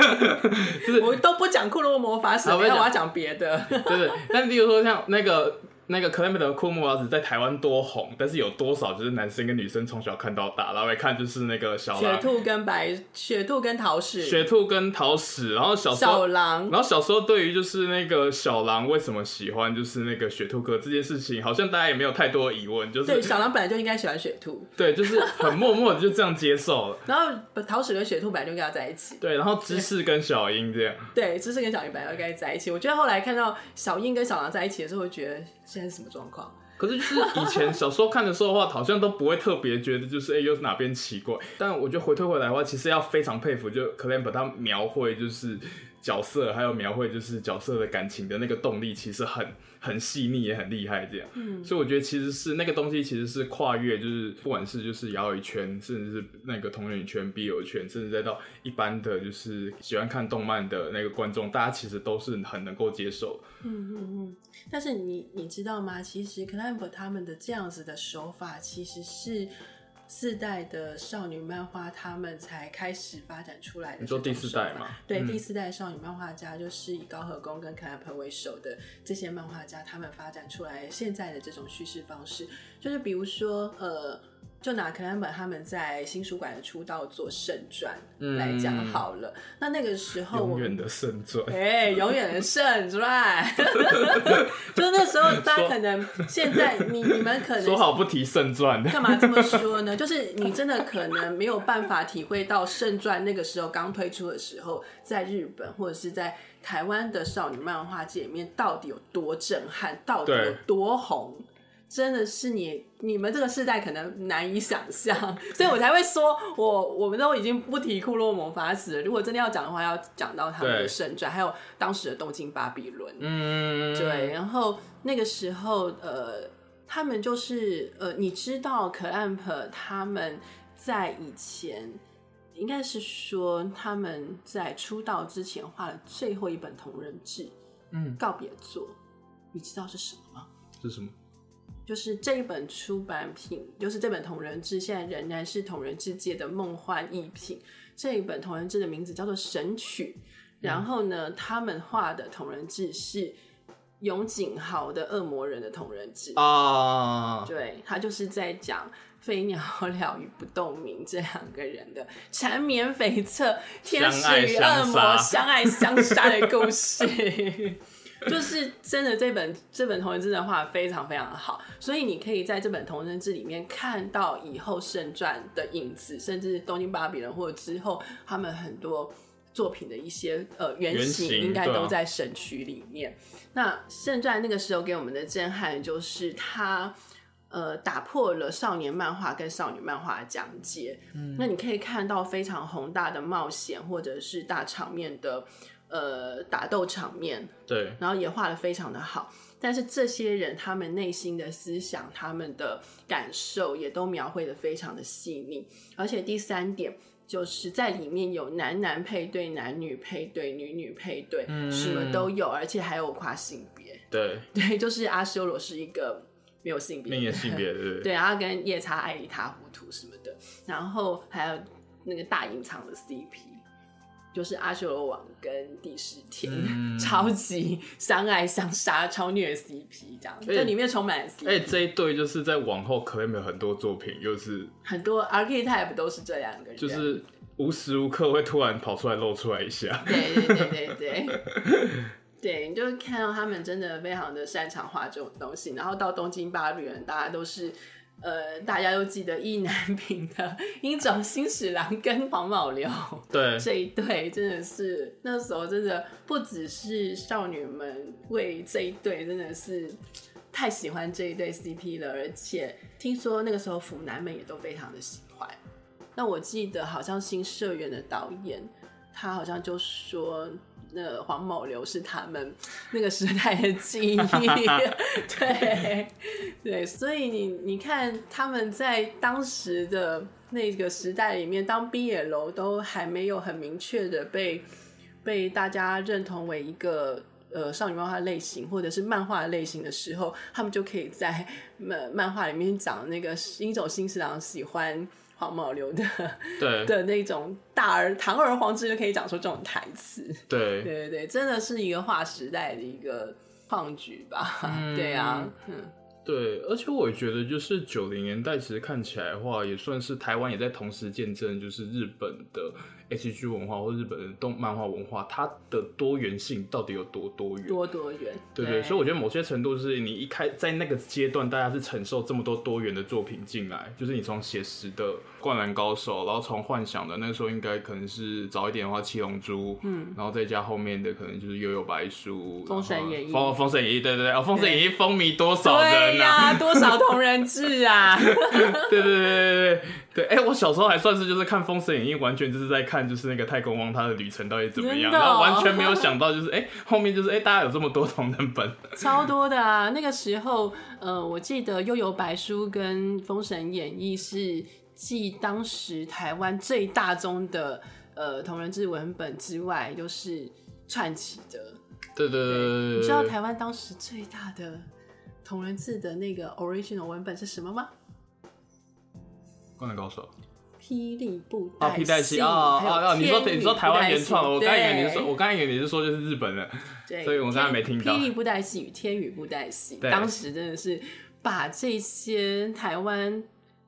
S2: 就是
S1: 我都不讲库洛魔法使，
S2: 好不
S1: 没
S2: 要
S1: 有，
S2: 讲
S1: 我要讲别的。
S2: 对对，但例如说像那个那个 Clamp 的库木老子在台湾多红，但是有多少就是男生跟女生从小看到大，然后来看就是那个小
S1: 雪
S2: 狼、
S1: 兔跟白，雪兔跟桃矢，
S2: 雪兔跟桃矢，然后小时
S1: 小
S2: 候。
S1: 狼，
S2: 然后小时候对于就是那个小狼为什么喜欢就是那个雪兔哥这件事情，好像大家也没有太多的疑问，就是
S1: 对，小狼本来就应该喜欢雪兔，
S2: 对，就是很默默的就这样接受了。
S1: 然后桃矢跟雪兔本来就跟他在一起。
S2: 对，然后芝士跟小樱这样，
S1: 对，芝士跟小樱本来就该在一起。我觉得后来看到小樱跟小狼在一起的时候，会觉得现在是什么状况？
S2: 可是就是以前小时候看的时候的话，好像都不会特别觉得就是哎、又是哪边奇怪。但我觉得回推回来的话，其实要非常佩服，就 Clamp 他描绘就是角色，还有描绘就是角色的感情的那个动力，其实很很细腻，也很厉害这样。嗯，所以我觉得其实是那个东西其实是跨越，就是不管是就是摇椅圈，甚至是那个同人圈、BL 圈，甚至再到一般的就是喜欢看动漫的那个观众，大家其实都是很能够接受的。
S1: 嗯嗯嗯。但是你你知道吗？其实 Clamp 他们的这样子的手法，其实是四代的少女漫画他们才开始发展出来的。
S2: 你说第四代？嘛？
S1: 对，
S2: 嗯
S1: 第四代少女漫画家就是以高和宫跟 Clamp 为首的这些漫画家，他们发展出来现在的这种叙事方式，就是比如说，呃，就拿 Clamp 他们在新书馆的出道作《圣传》来讲
S2: 嗯
S1: 好了，那那个时候我
S2: 永
S1: 们
S2: 远的胜传。
S1: 哎、永远的胜出来， [laughs] 就那时候大家可能现在你你们可
S2: 说
S1: 能
S2: 好不提圣传的，
S1: 干嘛这么说呢？ [laughs] 就是你真的可能没有办法体会到《圣传》那个时候刚推出的时候，在日本或者是在台湾的少女漫画界里面到底有多震撼，到底有
S2: 对
S1: 多红。真的是你你们这个世代可能难以想象，所以我才会说，我我们都已经不提库洛魔法使了。如果真的要讲的话，要讲到他们的
S2: 对
S1: 圣传，还有当时的东京巴比伦。
S2: 嗯，
S1: 对，然后那个时候，呃，他们就是呃，你知道 Clamp 他们在以前，应该是说他们在出道之前画了最后一本同人志
S2: 嗯，
S1: 告别作，你知道是什么吗？
S2: 是什么？
S1: 就是这一本出版品，就是这本同人志，现在仍然是同人志界的梦幻逸品。这一本同人志的名字叫做《神曲》，然后呢，他们画的同人志是永井豪的《恶魔人》的同人志。
S2: 哦啊，
S1: 对他就是在讲飞鸟了与不动明这两个人的缠绵悱恻、天使
S2: 相爱
S1: 与
S2: 相
S1: 恶魔
S2: 杀
S1: 相爱相杀的故事。就是真的，这本这本同人志的画非常非常好，所以你可以在这本同人志里面看到以后圣传的影子，甚至东京巴比伦或者之后他们很多作品的一些呃原
S2: 原
S1: 型，
S2: 型
S1: 应该
S2: 对啊
S1: 都在神曲里面。那圣传那个时候给我们的震撼，就是他呃打破了少年漫画跟少女漫画的疆界。嗯，那你可以看到非常宏大的冒险，或者是大场面的呃打斗场面，
S2: 对，
S1: 然后也画的非常的好。但是这些人他们内心的思想、他们的感受也都描绘的非常的细腻。而且第三点就是在里面有男男配对、男女配对、女女配对，
S2: 嗯
S1: 什么都有，而且还有跨性别。 [laughs]
S2: 对，
S1: 对，就是阿修罗是一个没有性别的
S2: 另一个性别，对，
S1: 对，然后跟夜叉爱一塌糊涂什么的，然后还有那个大隐藏的 CP，就是阿修罗王跟第十天，
S2: 嗯
S1: [laughs] 超级相爱相杀、超虐 CP 这样，
S2: 哎
S1: 这里面充满了 CP，、
S2: 哎、这一对就是在往后 claim 了很多作品，又是
S1: 很多 archetype 都是这两个人，
S2: 就是无时无刻会突然跑出来露出来一下。
S1: 对对对对对。对，你就看到他们真的非常的擅长画这种东西，然后到东京巴比伦，大家都是，呃，大家都记得意难平的 [laughs] 樱种新史郎跟黄毛流，
S2: 对，
S1: 这一对真的是那时候真的不只是少女们为这一对真的是太喜欢这一对 CP 了，而且听说那个时候腐男们也都非常的喜欢。那我记得好像新社员的导演，他好像就说。那黄某流是他们那个时代的记忆，对对，所以你你看他们在当时的那个时代里面，当 BL 都还没有很明确的被被大家认同为一个呃少女漫画类型或者是漫画类型的时候，他们就可以在漫漫画里面讲那个樱种新十郎喜欢黄毛流的
S2: 对，
S1: 的那种大而堂而皇之就可以讲出这种台词。
S2: 对，
S1: 对对对，真的是一个划时代的一个创举吧？
S2: 嗯
S1: 对啊，嗯，
S2: 对，而且我也觉得，就是九零年代，其实看起来的话，也算是台湾也在同时见证，就是日本的 H G 文化或日本的动漫画文化，它的多元性到底有多多元？
S1: 多多元，
S2: 对对，所以我觉得某些程度是你一开在那个阶段，大家是承受这么多多元的作品进来，就是你从写实的《灌篮高手》，然后从幻想的那时候应该可能是早一点的话《七龙珠》，嗯，然后再加后面的可能就是《悠悠白书》然后《
S1: 封神演义
S2: 封封神演义》对对对，哦，《封神演义》风靡多少
S1: 对
S2: 人啊！
S1: 呀、多少同人志
S2: [laughs]
S1: 啊！
S2: 对对对对对对，哎、我小时候还算是就是看《封神演义》，完全就是在看就是那个太公望他的旅程到底怎么样，
S1: 真的哦
S2: 然后完全没有想到就是哎、后面就是哎、大家有这么多同人本， [laughs]
S1: 超多的啊！那个时候，呃，我记得《悠游白书》跟《封神演义》是继当时台湾最大宗的呃同人志文本之外，又是串起的。
S2: 对对对对对，
S1: 你知道台湾当时最大的同人志的那个 original 文本是什么吗？
S2: 灌篮高手
S1: 霹雳布
S2: 啊，
S1: 袋
S2: 皮带戏啊啊啊！你说你说台湾原创了，我刚才以为你是说，我刚才以为你是说就是日本人，
S1: 对，
S2: 所以我刚才没听到
S1: 霹雳布袋戏与天宇布袋戏，
S2: 对
S1: 当时真的是把这些台湾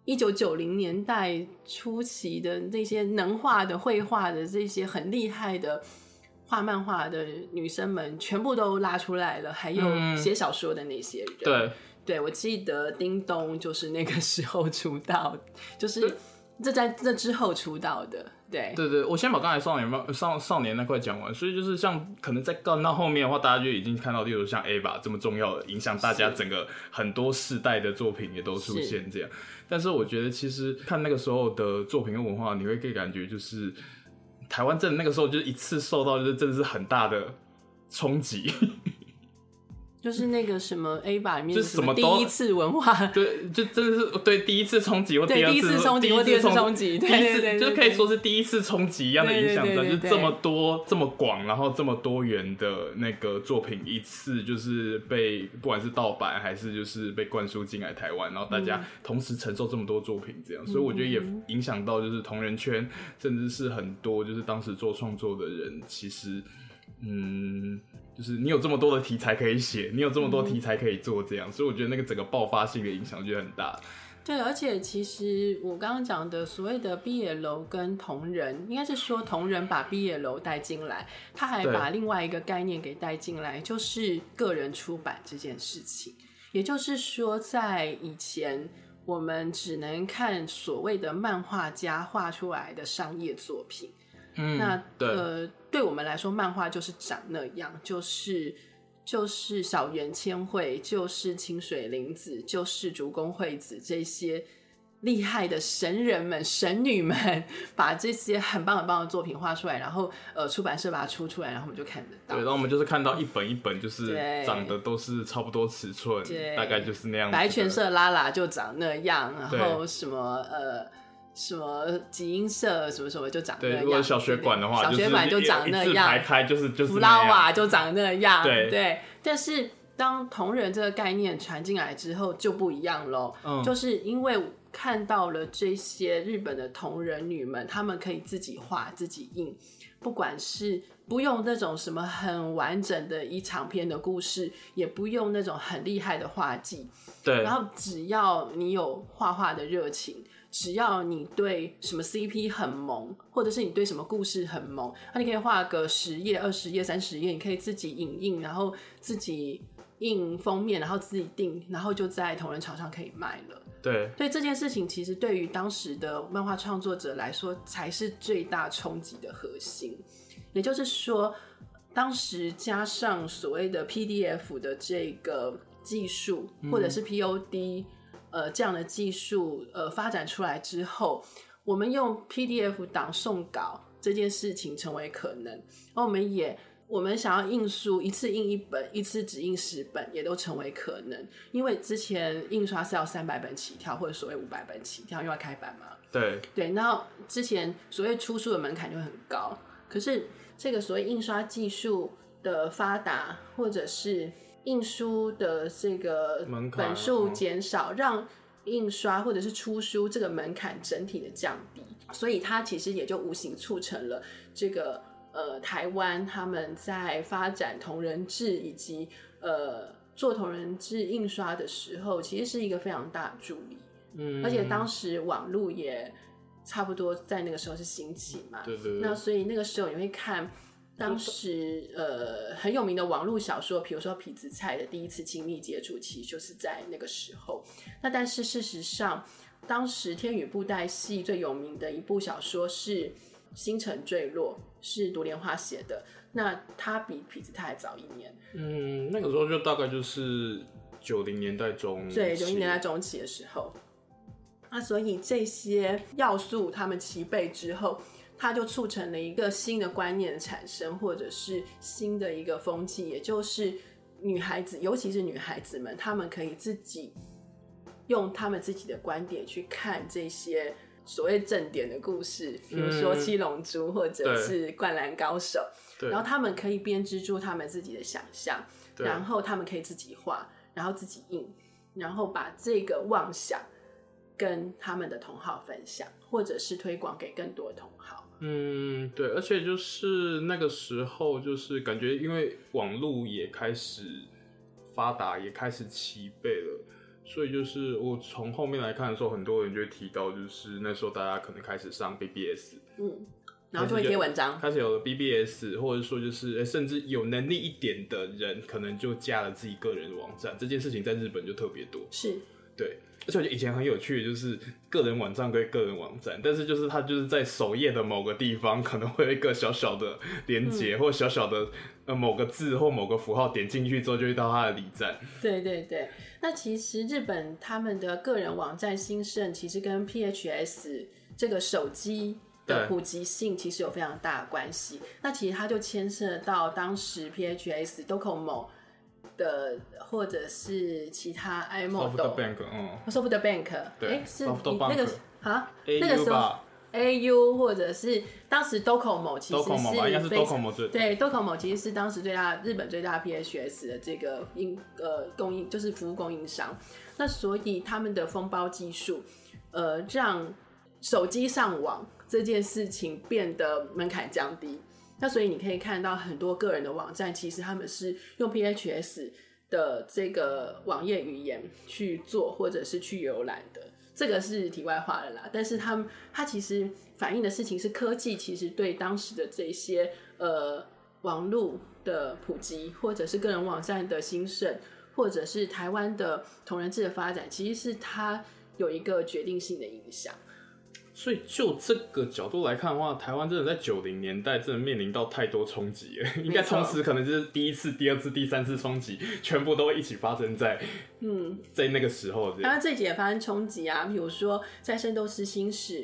S1: 一九九零年代初期的那些能画的、绘画的这些很厉害的。画漫画的女生们全部都拉出来了，还有
S2: 嗯
S1: 写小说的那些人。
S2: 对
S1: 对，我记得叮咚就是那个时候出道，就是这在这之后出道的。对，
S2: 对对，我先把刚才少年漫少少年那块讲完，所以就是像可能在干到后面的话，大家就已经看到，例如像 A 吧这么重要的，影响大家
S1: 是
S2: 整个很多世代的作品也都出
S1: 是
S2: 现这样。但是我觉得其实看那个时候的作品跟文化，你会可以感觉就是台湾真的那个时候就是一次受到就是真的是很大的冲击。
S1: 就是那个什么 A 版里面
S2: 就
S1: 什么
S2: 什么
S1: 第
S2: 都
S1: 一次文化，
S2: 对，就真的是对第一次冲击或
S1: 对
S2: 二
S1: 第一次冲击或
S2: 第一次
S1: 第二次冲击
S2: 第
S1: 对
S2: 一
S1: 对对对
S2: 次就可以说是第一次冲击一样的影响，
S1: 对对对对
S2: 就这么多这么广，然后这么多元的那个作品，一次就是被不管是盗版还是就是被灌输进来台湾，然后大家同时承受这么多作品，这样，
S1: 嗯
S2: 所以我觉得也影响到就是同人圈，甚至是很多就是当时做创作的人，其实嗯。就是你有这么多的题材可以写，你有这么
S1: 嗯
S2: 多题材可以做，这样，所以我觉得那个整个爆发性的影响就很大。
S1: 对，而且其实我刚刚讲的所谓的 BL 跟同人，应该是说同人把 BL 带进来，他还
S2: 对
S1: 把另外一个概念给带进来，就是个人出版这件事情。也就是说，在以前我们只能看所谓的漫画家画出来的商业作品，
S2: 嗯
S1: 那
S2: 对、
S1: 呃，对我们来说，漫画就是长那样，就是就是小圆千惠，就是清水玲子，就是竹宫惠子这些厉害的神人们、神女们， [laughs] 把这些很棒很棒的作品画出来，然后呃，出版社把它出出来，然后我们就看得
S2: 对，
S1: 到
S2: 然。后我们就是看到一本一本，就是
S1: 对
S2: 长得都是差不多尺寸
S1: 对，
S2: 大概就是那样子的。
S1: 白泉社拉拉就长那样，然
S2: 对
S1: 后什么呃。什么集英社什么什么就长那
S2: 对，
S1: 样，
S2: 如果小学馆的话，
S1: 小学
S2: 馆
S1: 馆就长那
S2: 一字
S1: 样，
S2: 排开就是就是
S1: 弗
S2: 那
S1: 拉
S2: 样
S1: 瓦啊就长那样，
S2: 对
S1: 但是当同人这个概念传进来之后就不一样喽，
S2: 嗯
S1: 就是因为看到了这些日本的同人女们，她们可以自己画、自己印，不管是不用那种什么很完整的一长篇的故事，也不用那种很厉害的画技，
S2: 对，
S1: 然后只要你有画画的热情，只要你对什么 CP 很萌，或者是你对什么故事很萌，那你可以画个十页、二十页、三十页，你可以自己影印，然后自己印封面，然后自己定，然后就在同人场上可以卖了。
S2: 对，
S1: 对这件事情，其实对于当时的漫画创作者来说，才是最大冲击的核心。也就是说，当时加上所谓的 PDF 的这个技术，或者是 POD，、呃，这样的技术，呃，发展出来之后，我们用 PDF 档送稿这件事情成为可能，而我们也。我们想要印书，一次印一本，一次只印十本，也都成为可能。因为之前印刷是要三百本起跳，或者所谓五百本起跳，因为要开版嘛。
S2: 对，
S1: 对，然后之前所谓出书的门槛就很高，可是这个所谓印刷技术的发达，或者是印书的这个
S2: 门槛
S1: 本数
S2: 嗯
S1: 减少，让印刷或者是出书这个门槛整体的降低，所以它其实也就无形促成了这个呃台湾他们在发展同人志以及呃做同人志印刷的时候，其实是一个非常大的助力。
S2: 嗯，
S1: 而且当时网络也差不多在那个时候是兴起嘛，
S2: 对对
S1: 那
S2: 对，
S1: 所以那个时候你会看当时呃很有名的网络小说，比如说痞子蔡的第一次亲密接触，其实就是在那个时候。那但是事实上，当时天宇布袋戏最有名的一部小说是《星辰坠落》，是独莲花写的。那他比痞子蔡早一年，
S2: 嗯，那个时候就大概就是九零年代中期，
S1: 对，九零年代中期的时候。那所以这些要素他们齐备之后，它就促成了一个新的观念的产生，或者是新的一个风气，也就是女孩子，尤其是女孩子们，她们可以自己用她们自己的观点去看这些所谓正点的故事，比如说
S2: 嗯
S1: 《七龙珠》或者
S2: 对
S1: 是《灌篮高手》，
S2: 对，
S1: 然后她们可以编织出她们自己的想象。
S2: 对
S1: 然后他们可以自己画，然后自己印，然后把这个妄想跟他们的同好分享，或者是推广给更多的同好。
S2: 嗯，对，而且就是那个时候，就是感觉因为网络也开始发达，也开始齐备了，所以就是我从后面来看的时候，很多人就会提到，就是那时候大家可能开始上 BBS，
S1: 嗯，然后就会贴文章。
S2: 开始有了 BBS，或者说就是、诶甚至有能力一点的人，可能就加了自己个人网站，这件事情在日本就特别多。
S1: 是，
S2: 对，而且我觉得以前很有趣，的就是个人网站归个人网站，但是就是它就是在首页的某个地方可能会有一个小小的连
S1: 嗯
S2: 接、或小小的呃某个字或某个符号，点进去之后就会到它的里站。
S1: 对对对。那其实日本他们的个人网站兴盛，其实跟 PHS 这个手机的
S2: 对
S1: 普及性其实有非常大的关系。那其实它就牵涉到当时 PHS、Docomo 的，或者是其他 iMo 的
S2: Soft Bank，嗯
S1: Soft Bank，
S2: 对
S1: 诶是
S2: Soft
S1: 你那个
S2: Bank
S1: 啊，那个
S2: ，AU
S1: 时候
S2: 吧
S1: AU 或者是当时 Docomo 其实
S2: ，Docomo 吧，应该是
S1: 非常
S2: Docomo 最
S1: 对 Docomo 其实是当时最大日本最大 PHS 的这个应呃供应就是服务供应商，那所以他们的封包技术，呃，让手机上网这件事情变得门槛降低。那所以你可以看到很多个人的网站，其实他们是用 PHS 的这个网页语言去做，或者是去浏览的。这个是题外话了啦，但是他们它其实反映的事情是科技，其实对当时的这些呃网络的普及，或者是个人网站的兴盛，或者是台湾的同人志的发展，其实是它有一个决定性的影响。
S2: 所以就这个角度来看的话，台湾真的在九零年代真的面临到太多冲击 [laughs] 了，应该同时可能就是第一次、第二次、第三次冲击，全部都会一起发生在嗯在那个时候这
S1: 当
S2: 样。
S1: 然，这几也发生冲击啊，比如说在《圣斗士星矢》，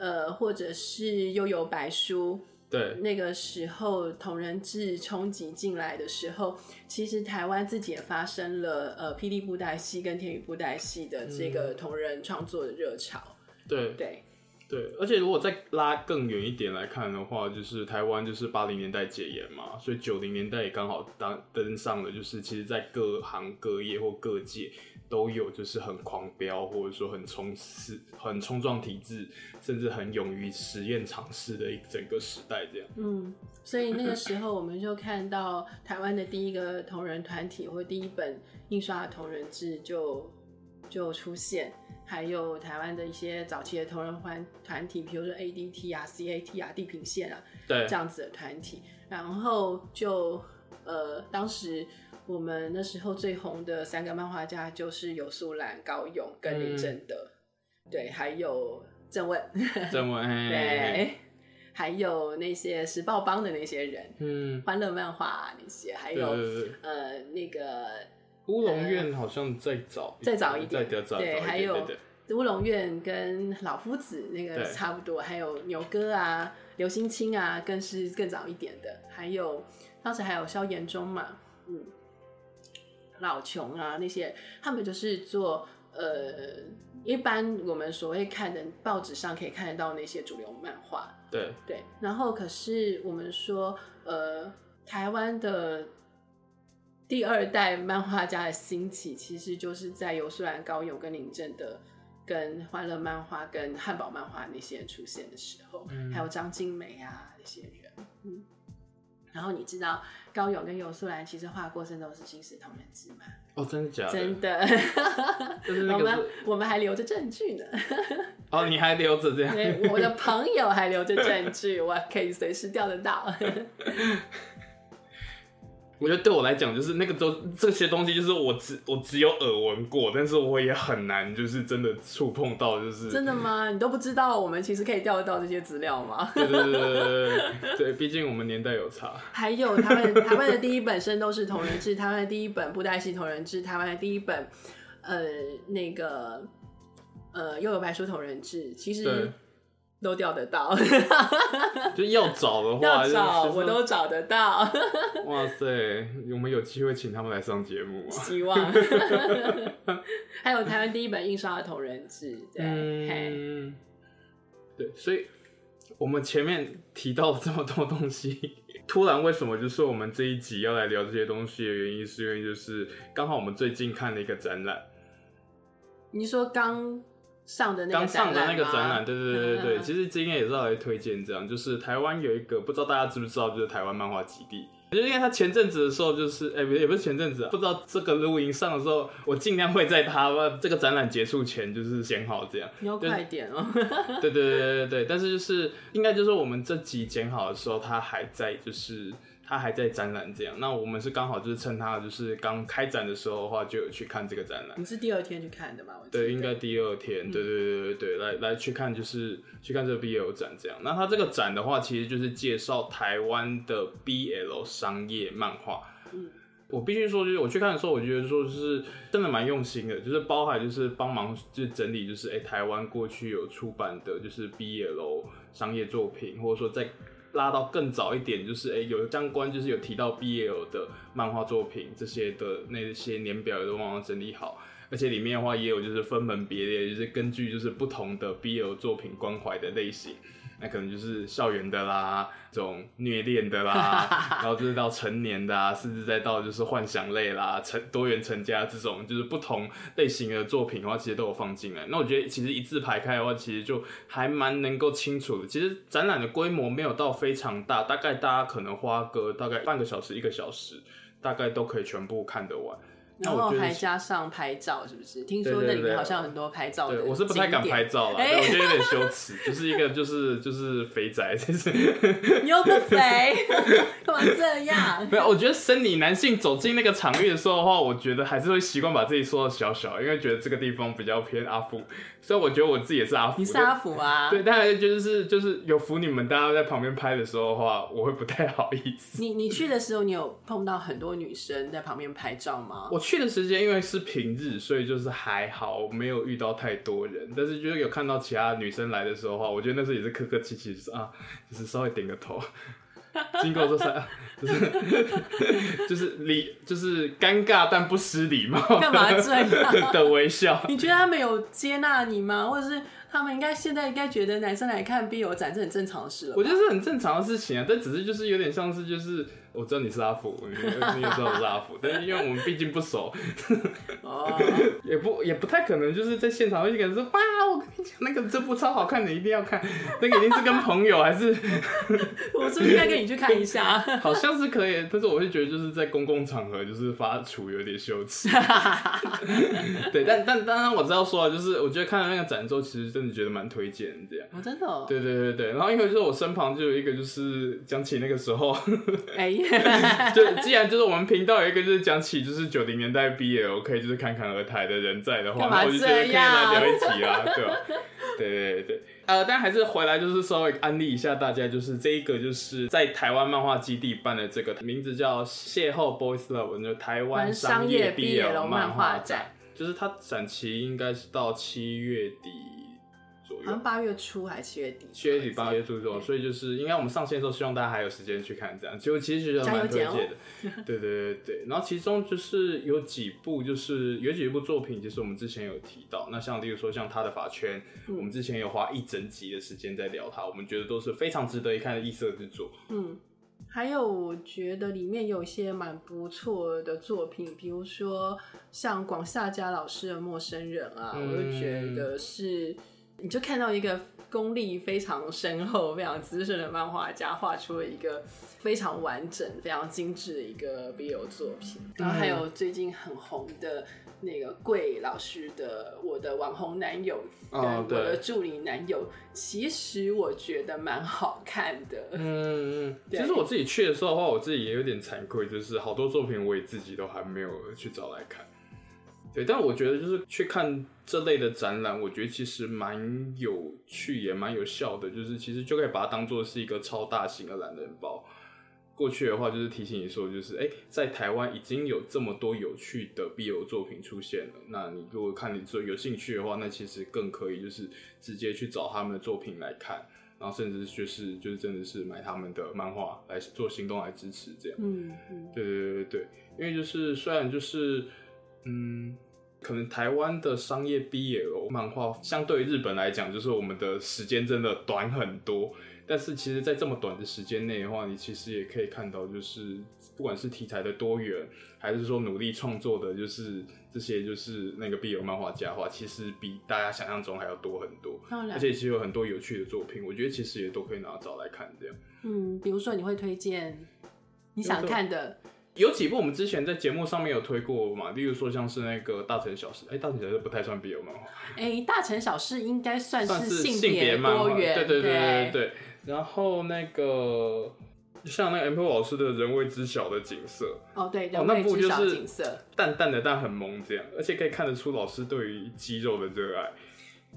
S1: 呃，或者是《悠游白书》，
S2: 对，
S1: 那个时候同人志冲击进来的时候，其实台湾自己也发生了呃霹雳布袋戏跟天宇布袋戏的这个同人创作的热潮。
S2: 对，
S1: 对，
S2: 对，而且如果再拉更远一点来看的话，就是台湾就是八零年代解严嘛，所以九零年代也刚好当登上了，就是其实，在各行各业或各界都有就是很狂飙，或者说很冲刺、很冲撞体制，甚至很勇于实验尝试的一整个时代这样。
S1: 嗯，所以那个时候我们就看到台湾的第一个同人团体或第一本印刷的同人志就就出现，还有台湾的一些早期的同人团团体，比如说 ADT 啊、CAT 啊、地平线啊
S2: 对
S1: 这，样子的团体，然后就呃，当时我们那时候最红的三个漫画家就是有素兰、高勇跟林正德，
S2: 嗯
S1: 对，还有郑问，
S2: 这么哎，
S1: [laughs] 对，还有那些时报帮的那些人，
S2: 嗯，
S1: 欢乐漫画、啊那些，还
S2: 对
S1: 有
S2: 对对对，
S1: 呃那个
S2: 乌龙院好像再早
S1: 再早一
S2: 再
S1: 点，
S2: 再早一
S1: 对，
S2: 点，
S1: 还
S2: 对
S1: 有
S2: 对
S1: 乌龙院跟老夫子那个
S2: 对
S1: 差不多，还有牛哥啊、刘星清啊，更是更早一点的，还有当时还有萧炎中嘛，嗯，老琼啊那些，他们就是做呃。一般我们所谓看的报纸上可以看得到那些主流漫画，
S2: 对
S1: 对，然后可是我们说，呃，台湾的第二代漫画家的兴起，其实就是在由虽然高勇跟林正德、跟欢乐漫画、跟汉堡漫画那些人出现的时候，
S2: 嗯
S1: 还有张金梅啊那些人，嗯。然后你知道高勇跟游素兰其实画过《圣斗士星矢》同人志吗？
S2: 哦，真的假的？
S1: 真的，
S2: 就是那
S1: [laughs] 我
S2: 个
S1: 们
S2: 是
S1: 我们还留着证据呢。
S2: 哦，你还留着这样，
S1: 对，我的朋友还留着
S2: [laughs]
S1: 证据，我可以随时调得到。
S2: 我觉得对我来讲，就是那个都这些东西，就是我只我只有耳闻过，但是我也很难就是真的触碰到，就是
S1: 真的吗？你都不知道我们其实可以调得到这些资
S2: [laughs]
S1: 料吗？
S2: [laughs] 对对对对对对对，毕竟我们年代有差，
S1: 还有台湾台湾的第一本《圣斗士同人志》，台湾的第一本布袋戏同人志，台湾的第一本呃那个呃又有白书同人志，其实
S2: 对
S1: 都调得到， [laughs]
S2: 就要找的话，
S1: 要
S2: 就是
S1: 找
S2: 说
S1: 我都找得到， [laughs]
S2: 哇塞，我们有机会请他们来上节目啊，
S1: 希
S2: [laughs]
S1: 望。还有台湾第一本印刷的同人志，对，嘿
S2: 嗯，对，所以我们前面提到了这么多东西，突然为什么就是我们这一集要来聊这些东西的原因，是因为就是刚好我们最近看了一个展览。
S1: 你说刚上的那个
S2: 刚上的那个
S1: 吗
S2: 展览，对对对对对，
S1: 嗯
S2: 其实今天也是要来推荐这样，就是台湾有一个不知道大家知不知道，就是台湾漫画基地。就是因为他前阵子的时候，就是哎，不、是也不是前阵子、啊，不知道这个录音上的时候，我尽量会在他这个展览结束前，就是剪好
S1: [laughs]
S2: 这样。
S1: 你要快点
S2: [laughs]
S1: 哦、
S2: 对对对对对对，但是就是应该就是我们这集剪好的时候，它还在就是它还在展览这样。那我们是刚好就是趁它就是刚开展的时候的话，就有去看这个展览。
S1: 你是第二天去看的嗯吗？我记得
S2: 对，应该第二天，对对对对对，来来去看就是去看这个 BL 展这样。那它这个展的话，其实就是介绍台湾的 BL 商业漫画。
S1: 嗯
S2: 我必须说，就是我去看的时候，我觉得说就是真的蛮用心的，就是包含就是帮忙就是整理就是哎、台湾过去有出版的就是 BL 商业作品，或者说在拉到更早一点，就是哎、诶有相关就是有提到 BL 的漫画作品这些的那些年表也都帮忙整理好，而且里面的话也有就是分门别类，就是根据就是不同的 BL 作品关怀的类型。那可能就是校园的啦，这种虐恋的啦，然后就是到成年的啊，甚至再到就是幻想类啦、成多元成家这种，就是不同类型的作品的话，其实都有放进来。那我觉得其实一字排开的话，其实就还蛮能够清楚的。其实展览的规模没有到非常大，大概大家可能花个大概半个小时、一个小时，大概都可以全部看得完。那
S1: 然后
S2: 我觉得
S1: 还
S2: 是。
S1: 加上拍照，是不是？听说
S2: 对对
S1: 那里面
S2: 对
S1: 好像很多拍照的
S2: 对，我是不太敢
S1: 景点
S2: 拍。照啦，
S1: 哎
S2: 对我觉得有点羞耻， [laughs] 就是一个就是就是肥宅，
S1: [laughs]
S2: 就是
S1: 你
S2: [laughs]
S1: 又不肥，干嘛这样？
S2: 没有，我觉得生理男性走进那个场域的时候的话，我觉得还是会习惯把自己缩到小小，因为觉得这个地方比较偏阿福，所以我觉得我自己也是阿福。
S1: 你是阿福啊？
S2: 对，当然就是就是有福你们大家在旁边拍的时候的话，我会不太好意思。
S1: 你你去的时候，你有碰到很多女生在旁边拍照吗？
S2: 我去的时间因为是平日，所以就是还好，没有遇到太多人。但是就是有看到其他女生来的时候的话，我觉得那时候也是客客气气，就是啊，就是稍微点个头。经过这三，就是 [laughs] 就是礼，就是尴尬但不失礼貌
S1: 干嘛这样？ [laughs]
S2: 的微笑。
S1: 你觉得他们有接纳你吗？或者是他们应该现在应该觉得男生来看 BL 展是很正常的事了
S2: 我。觉得是很正常的事情啊，但只是就是有点像是就是我知道你是阿福，你你也知道我是阿福，但是因为我们毕竟不熟，
S1: 哦，
S2: 也不也不太可能就是在现场会跟人说哇，我跟你讲那个这部超好看的，你一定要看，那个一定是跟朋友还是 [laughs]
S1: 我是不是应该跟你去看一下？
S2: 好像是可以，但是我会觉得就是在公共场合就是发出有点羞耻。 [laughs] 对，但但当然我知道说啊，就是我觉得看了那个展之后，其实真的觉得蛮推荐的这样。
S1: 我真的哦，
S2: 对对对对，然后因为就是我身旁就有一个就是江启那个时候，
S1: 哎，
S2: [laughs] 就既然就是我们频道有一个就是讲起就是九零年代 BL 可以就是侃侃而谈的人在的话，
S1: 干嘛
S2: 那我就觉得可以
S1: 这样
S2: 来聊一集啦，对吧？对对对对，呃，但还是回来就是稍微安利一下大家，就是这一个就是在台湾漫画基地办的这个名字叫《邂逅 Boys Love》，就台湾商业 BL 漫画展，就是它展期应该是到七月底左
S1: 好
S2: 右
S1: 像。八月初还是七月底吧？
S2: 七月底八月初这种，所以就是应该我们上线的时候，希望大家还有时间去看这样。结果其实觉得蛮推
S1: 加油
S2: 荐的，对对对对。然后其中就是有几部，就是有几部作品，其实我们之前有提到。那像例如说像他的法圈，
S1: 嗯
S2: 我们之前有花一整集的时间在聊它，我们觉得都是非常值得一看的异色之作。
S1: 嗯，还有我觉得里面有一些蛮不错的作品，比如说像广夏家老师的《陌生人》啊，
S2: 嗯
S1: 我就觉得是，你就看到一个功力非常深厚、非常资深的漫画家画出了一个非常完整、非常精致的一个 BL 作品。然后还
S2: 嗯
S1: 有最近很红的那个桂老师的《我的网红男友》跟
S2: 哦
S1: 我
S2: 对
S1: 的助理男友，其实我觉得蛮好看的。
S2: 嗯嗯，其
S1: 对
S2: 实我自己去的时候的话，我自己也有点惭愧，就是好多作品我也自己都还没有去找来看。对，但我觉得就是去看这类的展览，我觉得其实蛮有趣，也蛮有效的。就是其实就可以把它当做是一个超大型的懒人包。过去的话就是提醒你说，就是哎、诶在台湾已经有这么多有趣的 BL 作品出现了。那你如果看你说有兴趣的话，那其实更可以就是直接去找他们的作品来看，然后甚至就是就是真的是买他们的漫画来做行动来支持这样。
S1: 嗯嗯
S2: 对对对对对，因为就是虽然就是嗯，可能台湾的商业 BL 漫画相对于日本来讲，就是我们的时间真的短很多。但是其实，在这么短的时间内的话，你其实也可以看到，就是不管是题材的多元，还是说努力创作的，就是这些就是那个 BL 漫画家的话，其实比大家想象中还要多很多。
S1: 当然
S2: 而且其实有很多有趣的作品，我觉得其实也都可以拿找来看这样。
S1: 嗯，比如说你会推荐你想看的，
S2: 有几部我们之前在节目上面有推过嘛，例如说像是那个《大城小事》，哎、大城小事》不太算 BL 漫画，
S1: 哎、大城小事应该算
S2: 算是
S1: 嗯性
S2: 别漫画，
S1: 多元，
S2: 对
S1: 对
S2: 对对对对。然后那个像那个 M P 老师的《人未知晓的景色》，
S1: 哦对，
S2: 哦
S1: 人，
S2: 那
S1: 未
S2: 部
S1: 知
S2: 就
S1: 晓
S2: 是
S1: 景色，
S2: 淡淡的但很萌这样，而且可以看得出老师对于肌肉的热爱，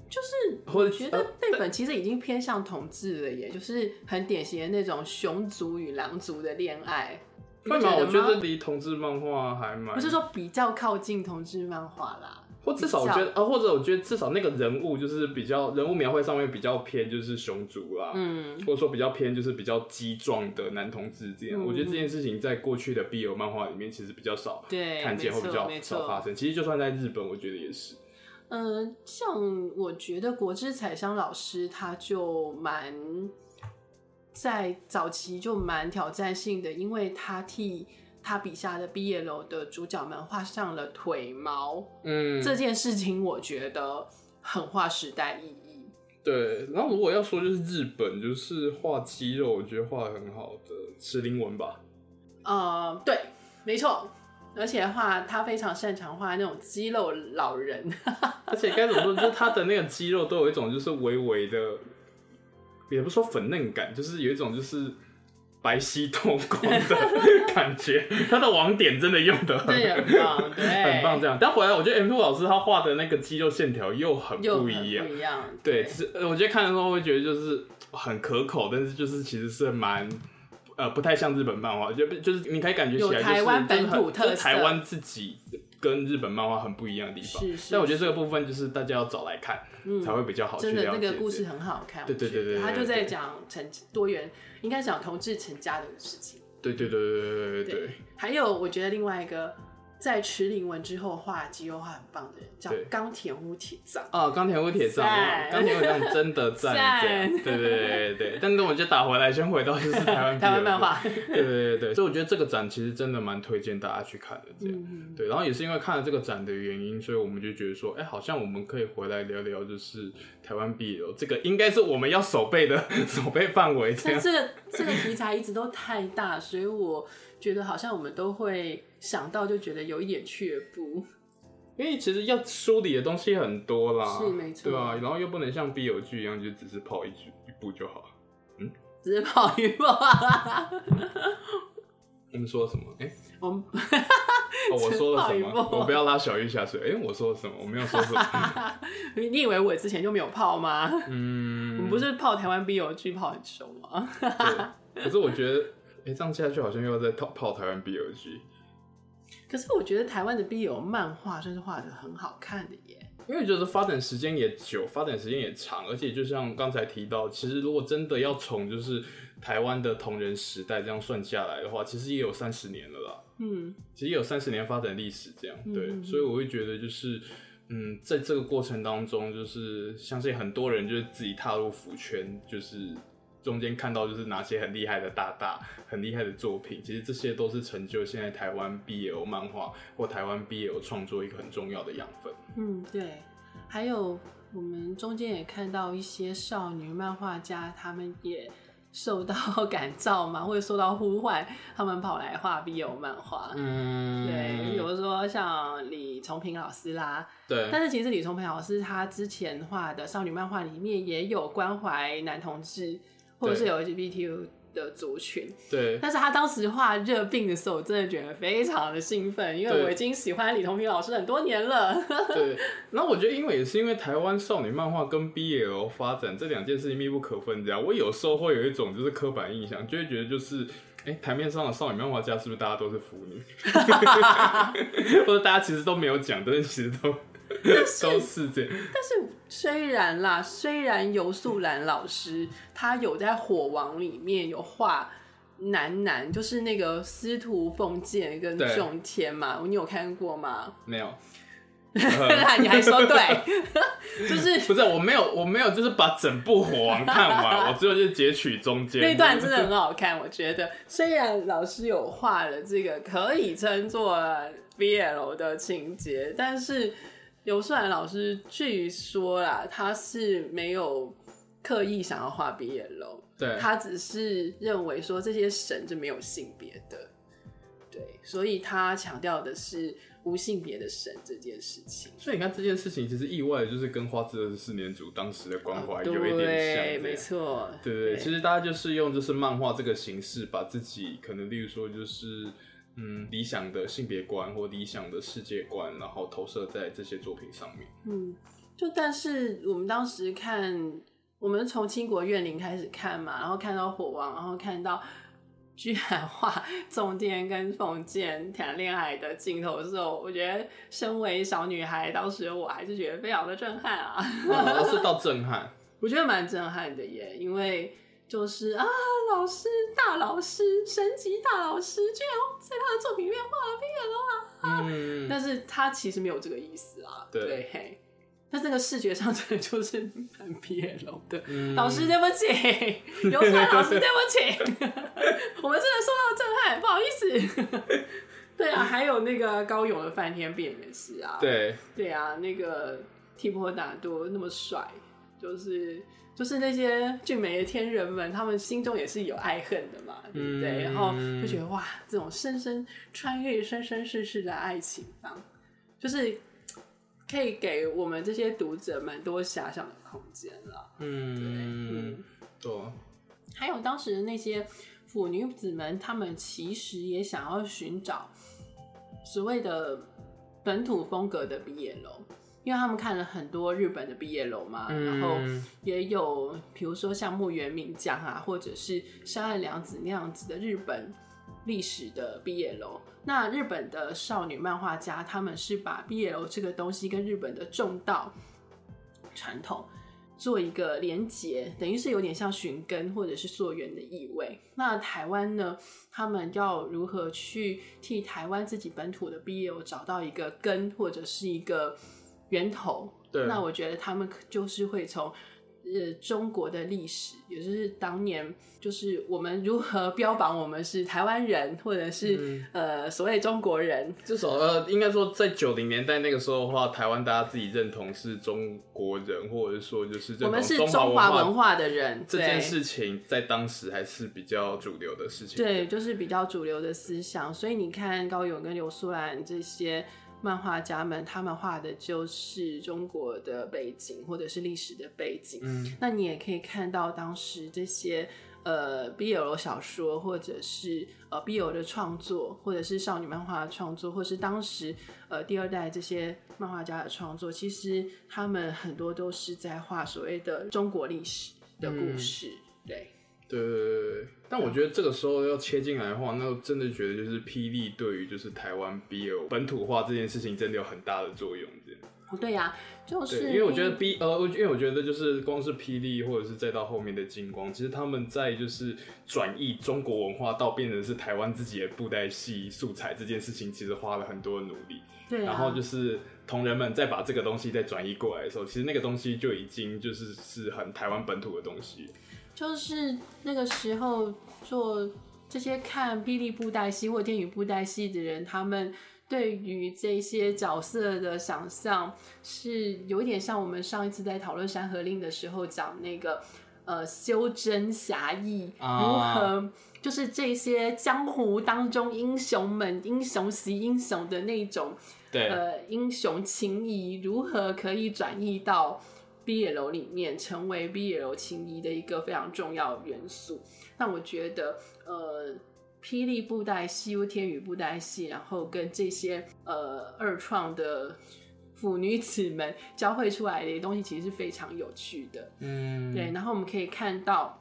S1: 就是
S2: 或
S1: 我
S2: 者
S1: 觉
S2: 呃
S1: 得那本其实已经偏向同志了耶，就是很典型的那种熊族与狼族的恋爱。你
S2: 会
S1: 不
S2: 吗？我觉
S1: 吗
S2: 得离同志漫画还蛮，
S1: 不是说比较靠近同志漫画啦，
S2: 或至少我觉得，呃，或者我觉得至少那个人物就是比较人物描绘上面比较偏就是熊族啦，
S1: 嗯，
S2: 或者说比较偏就是比较激壮的男同志这样，
S1: 嗯
S2: 我觉得这件事情在过去的 BL 漫画里面其实比较少
S1: 对，
S2: 看见，
S1: 没
S2: 或比
S1: 错
S2: 较
S1: 没
S2: 少
S1: 错
S2: 发生。其实就算在日本，我觉得也是。
S1: 嗯，像我觉得国之彩香老师他就蛮在早期就蛮挑战性的，因为他替他笔下的毕业楼的主角们画上了腿毛、
S2: 嗯
S1: 这件事情，我觉得很划时代意义。
S2: 对。然后如果要说就是日本，就是画肌肉，我觉得画的很好的石林文吧。
S1: 呃，对，没错。而且的话，他非常擅长画那种肌肉老
S2: [laughs]
S1: 人， [laughs]
S2: 而且该怎么说，就是他的那个肌肉都有一种就是微微的，也不是说粉嫩感，就是有一种就是白皙透光的感觉。他的网点真的用的很
S1: 对，很棒，对，
S2: 很棒，这样。但回来我觉得 M Two 老师他画的那个肌肉线条又很
S1: 又很
S2: 不一样
S1: 不。一样，
S2: 对，是呃我觉得看的时候会觉得就是很可口，但是就是其实是蛮呃不太像日本漫画，就就是你可以感觉起来就
S1: 有
S2: 是
S1: 台湾
S2: 就是很
S1: 本土特色
S2: 就是台湾自己跟日本漫画很不一样的地方。
S1: 是是
S2: 但我觉得这个部分就是大家要找来看、
S1: 嗯
S2: 才会比较好去
S1: 真的
S2: 了
S1: 那
S2: 解。
S1: 个故事很好看，
S2: 对对
S1: 我觉得
S2: 对对对
S1: 他就
S2: 对
S1: 在
S2: 对
S1: 讲成多元，应该讲同志成家的事情。
S2: 对对对对对对对
S1: 还有，我觉得另外一个在池林文之后画肌肉画很棒的人，叫
S2: 对
S1: 冈田屋铁藏。
S2: 哦，钢铁屋铁杖
S1: 赞，
S2: 钢铁屋铁杖真的赞，
S1: 赞
S2: 这样对对对对对。但是我就打回来，先回到就是台湾
S1: [laughs] 台湾
S2: 漫
S1: 漫
S2: 画。
S1: 画，
S2: 对对对对，所以我觉得这个展其实真的蛮推荐大家去看的，这样。 [laughs]
S1: 嗯，
S2: 对，然后也是因为看了这个展的原因，所以我们就觉得说，哎、好像我们可以回来聊聊，就是台湾 BL 这个应该是我们要守备的 [laughs] 守备范围这
S1: 但
S2: 样。
S1: 这个这个题材一直都太大，所以我觉得好像我们都会想到就觉得有一点却步。
S2: 因为其实要梳理的东西很多啦，
S1: 是没错
S2: 对啊，然后又不能像 BL 剧一样，就只是跑一局一步就好。
S1: 只是跑一步啊！
S2: 我们说了什么？哎、
S1: 我们
S2: 哦，我说了什
S1: [laughs] 只跑
S2: 么
S1: 一？步
S2: 我不要拉小玉下水。哎、我说了什么？我没有说什
S1: [laughs]
S2: 么。
S1: 你以为我之前就没有泡吗？
S2: 嗯，
S1: 我们不是泡台湾 BL 剧泡很熟吗？
S2: 对。可是我觉 [laughs] 得，哎、这样下去好像又要再泡泡台湾 BL 剧。
S1: 可是我觉得台湾的 BL 漫画算是画的很好看的耶。
S2: 因为觉得发展时间也久，发展时间也长，而且就像刚才提到，其实如果真的要从就是台湾的同人时代这样算下来的话，其实也有三十年了啦，
S1: 嗯，
S2: 其实也有三十年发展历史这样。对，
S1: 嗯嗯嗯
S2: 所以我会觉得就是，嗯，在这个过程当中，就是相信很多人就是自己踏入腐圈，就是中间看到就是哪些很厉害的大大、很厉害的作品，其实这些都是成就现在台湾 BL 漫画或台湾 BL 创作一个很重要的养分。
S1: 嗯，对，还有我们中间也看到一些少女漫画家，他们也受到感召嘛，或者受到呼唤，他们跑来画 BL 漫画。
S2: 嗯，
S1: 对，比如说像李崇平老师啦，
S2: 对，
S1: 但是其实李崇平老师他之前画的少女漫画里面也有关怀男同志或者是有 LGBTQ 的族群，
S2: 对，
S1: 但是他当时画热病的时候，我真的觉得非常的兴奋，因为
S2: 对
S1: 我已经喜欢李同平老师很多年了。 [laughs]
S2: 对。那我觉得，因为也是因为台湾少女漫画跟 BL 发展这两件事情密不可分，这样我有时候会有一种就是刻板印象，就会觉得就是，哎、台面上的少女漫画家是不是大家都是腐女， [laughs] 或者大家其实都没有讲，但是其实都都是这样。
S1: 但是虽然啦，虽然游素兰老师他有在《火王》里面有画男男，就是那个司徒凤剑跟
S2: 对
S1: 仲天嘛，你有看过吗？
S2: 没有，
S1: 啦， [laughs] 你还说对， [laughs] 就是
S2: 不是，我没有，我没有，就是把整部《火王》看完，我只有就是截取中间
S1: 那段真的很好看，我觉得虽然老师有画了这个可以称作 BL 的情节，但是尤素兰老师据说啦，他是没有刻意想要画 BL，
S2: 对，
S1: 他只是认为说这些神是没有性别的，对，所以他强调的是无性别的神这件事情。
S2: 所以你看这件事情，其实意外的就是跟《花之二十四年组》当时的关怀有一点像这
S1: 对，
S2: 样，
S1: 没错，
S2: 对对对，其实大家就是用就是漫画这个形式，把自己可能例如说就是嗯理想的性别观或理想的世界观，然后投射在这些作品上
S1: [laughs]
S2: 面。
S1: 嗯，就但是我们当时看，我们从《倾国怨灵》开始看嘛，然后看到《火王》，然后看到 [laughs] 居然画 [laughs] 中天跟凤剑谈恋爱的镜头的时候，我觉得身为小女孩，当时我还是觉得非常的震撼啊， [laughs]
S2: 然后哦是到震撼，
S1: 我觉得蛮震撼的耶，因为。就是啊，老师大老师，神级大老师，居然在他的作品里面画了 BL 啊！
S2: 嗯，
S1: 但是他其实没有这个意思啦。
S2: 对
S1: 嘿，但这个视觉上真的就是 [laughs] 很 BL 的。
S2: 嗯
S1: 老师，对不
S2: [laughs]
S1: 起，刘川老师，对不起， [laughs] 我们真的受到震撼，不好意思。 [laughs] 对啊，还有那个高勇的翻天变也是啊。
S2: 对
S1: 对啊，那个提婆达多那么帅，就是就是那些俊美的天人们，他们心中也是有爱恨的嘛，对不
S2: 嗯
S1: 对？然后就觉得哇，这种深深穿越生生世世的爱情啊，就是可以给我们这些读者蛮多遐想的空间了。
S2: 嗯，对啊，
S1: 还有当时的那些腐女子们，她们其实也想要寻找所谓的本土风格的毕业楼，因为他们看了很多日本的毕业楼嘛，然后
S2: 嗯
S1: 也有比如说像木原敏江啊，或者是山岸凉子那样子的日本历史的毕业楼。那日本的少女漫画家，他们是把毕业楼这个东西跟日本的正道传统做一个连结，等于是有点像寻根或者是溯源的意味。那台湾呢，他们要如何去替台湾自己本土的 BL 找到一个根或者是一个源头？
S2: 对
S1: 那我觉得他们可就是会从。呃，中国的历史，也就是当年，就是我们如何标榜我们是台湾人，或者是、
S2: 嗯
S1: 呃所谓中国人，
S2: 至少呃，应该说在九零年代那个时候的话，台湾大家自己认同是中国人，或者说就是
S1: 我
S2: 认
S1: 们
S2: 同
S1: 是
S2: 中
S1: 中华
S2: 文
S1: 文化的人，
S2: 这
S1: 对
S2: 件事情，在当时还是比较主流的事情。
S1: 对，就是比较主流的思想。所以你看高勇跟刘苏兰这些漫画家们，他们画的就是中国的背景或者是历史的背景。
S2: 嗯，
S1: 那你也可以看到当时这些呃 BL 小说，或者是呃 BL 的创作，或者是少女漫画的创作，或是当时呃第二代这些漫画家的创作，其实他们很多都是在画所谓的中国历史的故
S2: 嗯
S1: 事。对，
S2: 对对对对对。但我觉得这个时候要切进来的话，那真的觉得就是霹雳对于就是台湾 BL 本土化这件事情，真的有很大的作用。这样
S1: 哦对呀、就是
S2: 对，因为我觉
S1: 你
S2: 得 B 呃，我因为我觉得就是光是霹雳，或者是再到后面的金光，其实他们在就是转译中国文化到变成是台湾自己的布袋戏素材这件事情，其实花了很多的努力。
S1: 对、啊，
S2: 然后就是同仁们再把这个东西再转移过来的时候，其实那个东西就已经就是是很台湾本土的东西。
S1: 就是那个时候做这些看霹雳布袋戏或天宇布袋戏的人，他们对于这些角色的想象是有一点像我们上一次在讨论《山河令》的时候讲那个。呃，修真侠义如
S2: 啊
S1: 何？就是这些江湖当中英雄们、英雄惜英雄的那种
S2: 对，
S1: 呃英雄情谊如何可以转移到 BL 里面，成为 BL 情谊的一个非常重要元素。那我觉得，呃，霹雳布袋戏、又天宇布袋戏，然后跟这些呃二创的 [laughs] 腐女子们交汇出来的东西，其实是非常有趣的。
S2: 嗯，
S1: 对，然后我们可以看到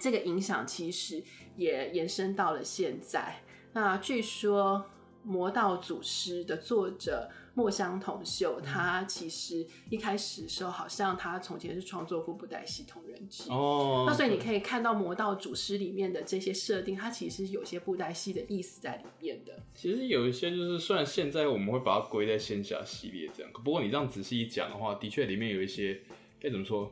S1: 这个影响其实也延伸到了现在。那据说《魔道祖师》的作者墨香铜秀，他其实一开始的时候，好像他从前是创作过布袋戏同人志。
S2: 哦，
S1: 那所以你可以看到《魔道祖师》里面的这些设定，它其实是有些布袋戏的意思在里面的。
S2: 其实有一些就是，虽然现在我们会把它归在仙侠系列这样，不过你这样仔细一讲的话，的确里面有一些该怎么说，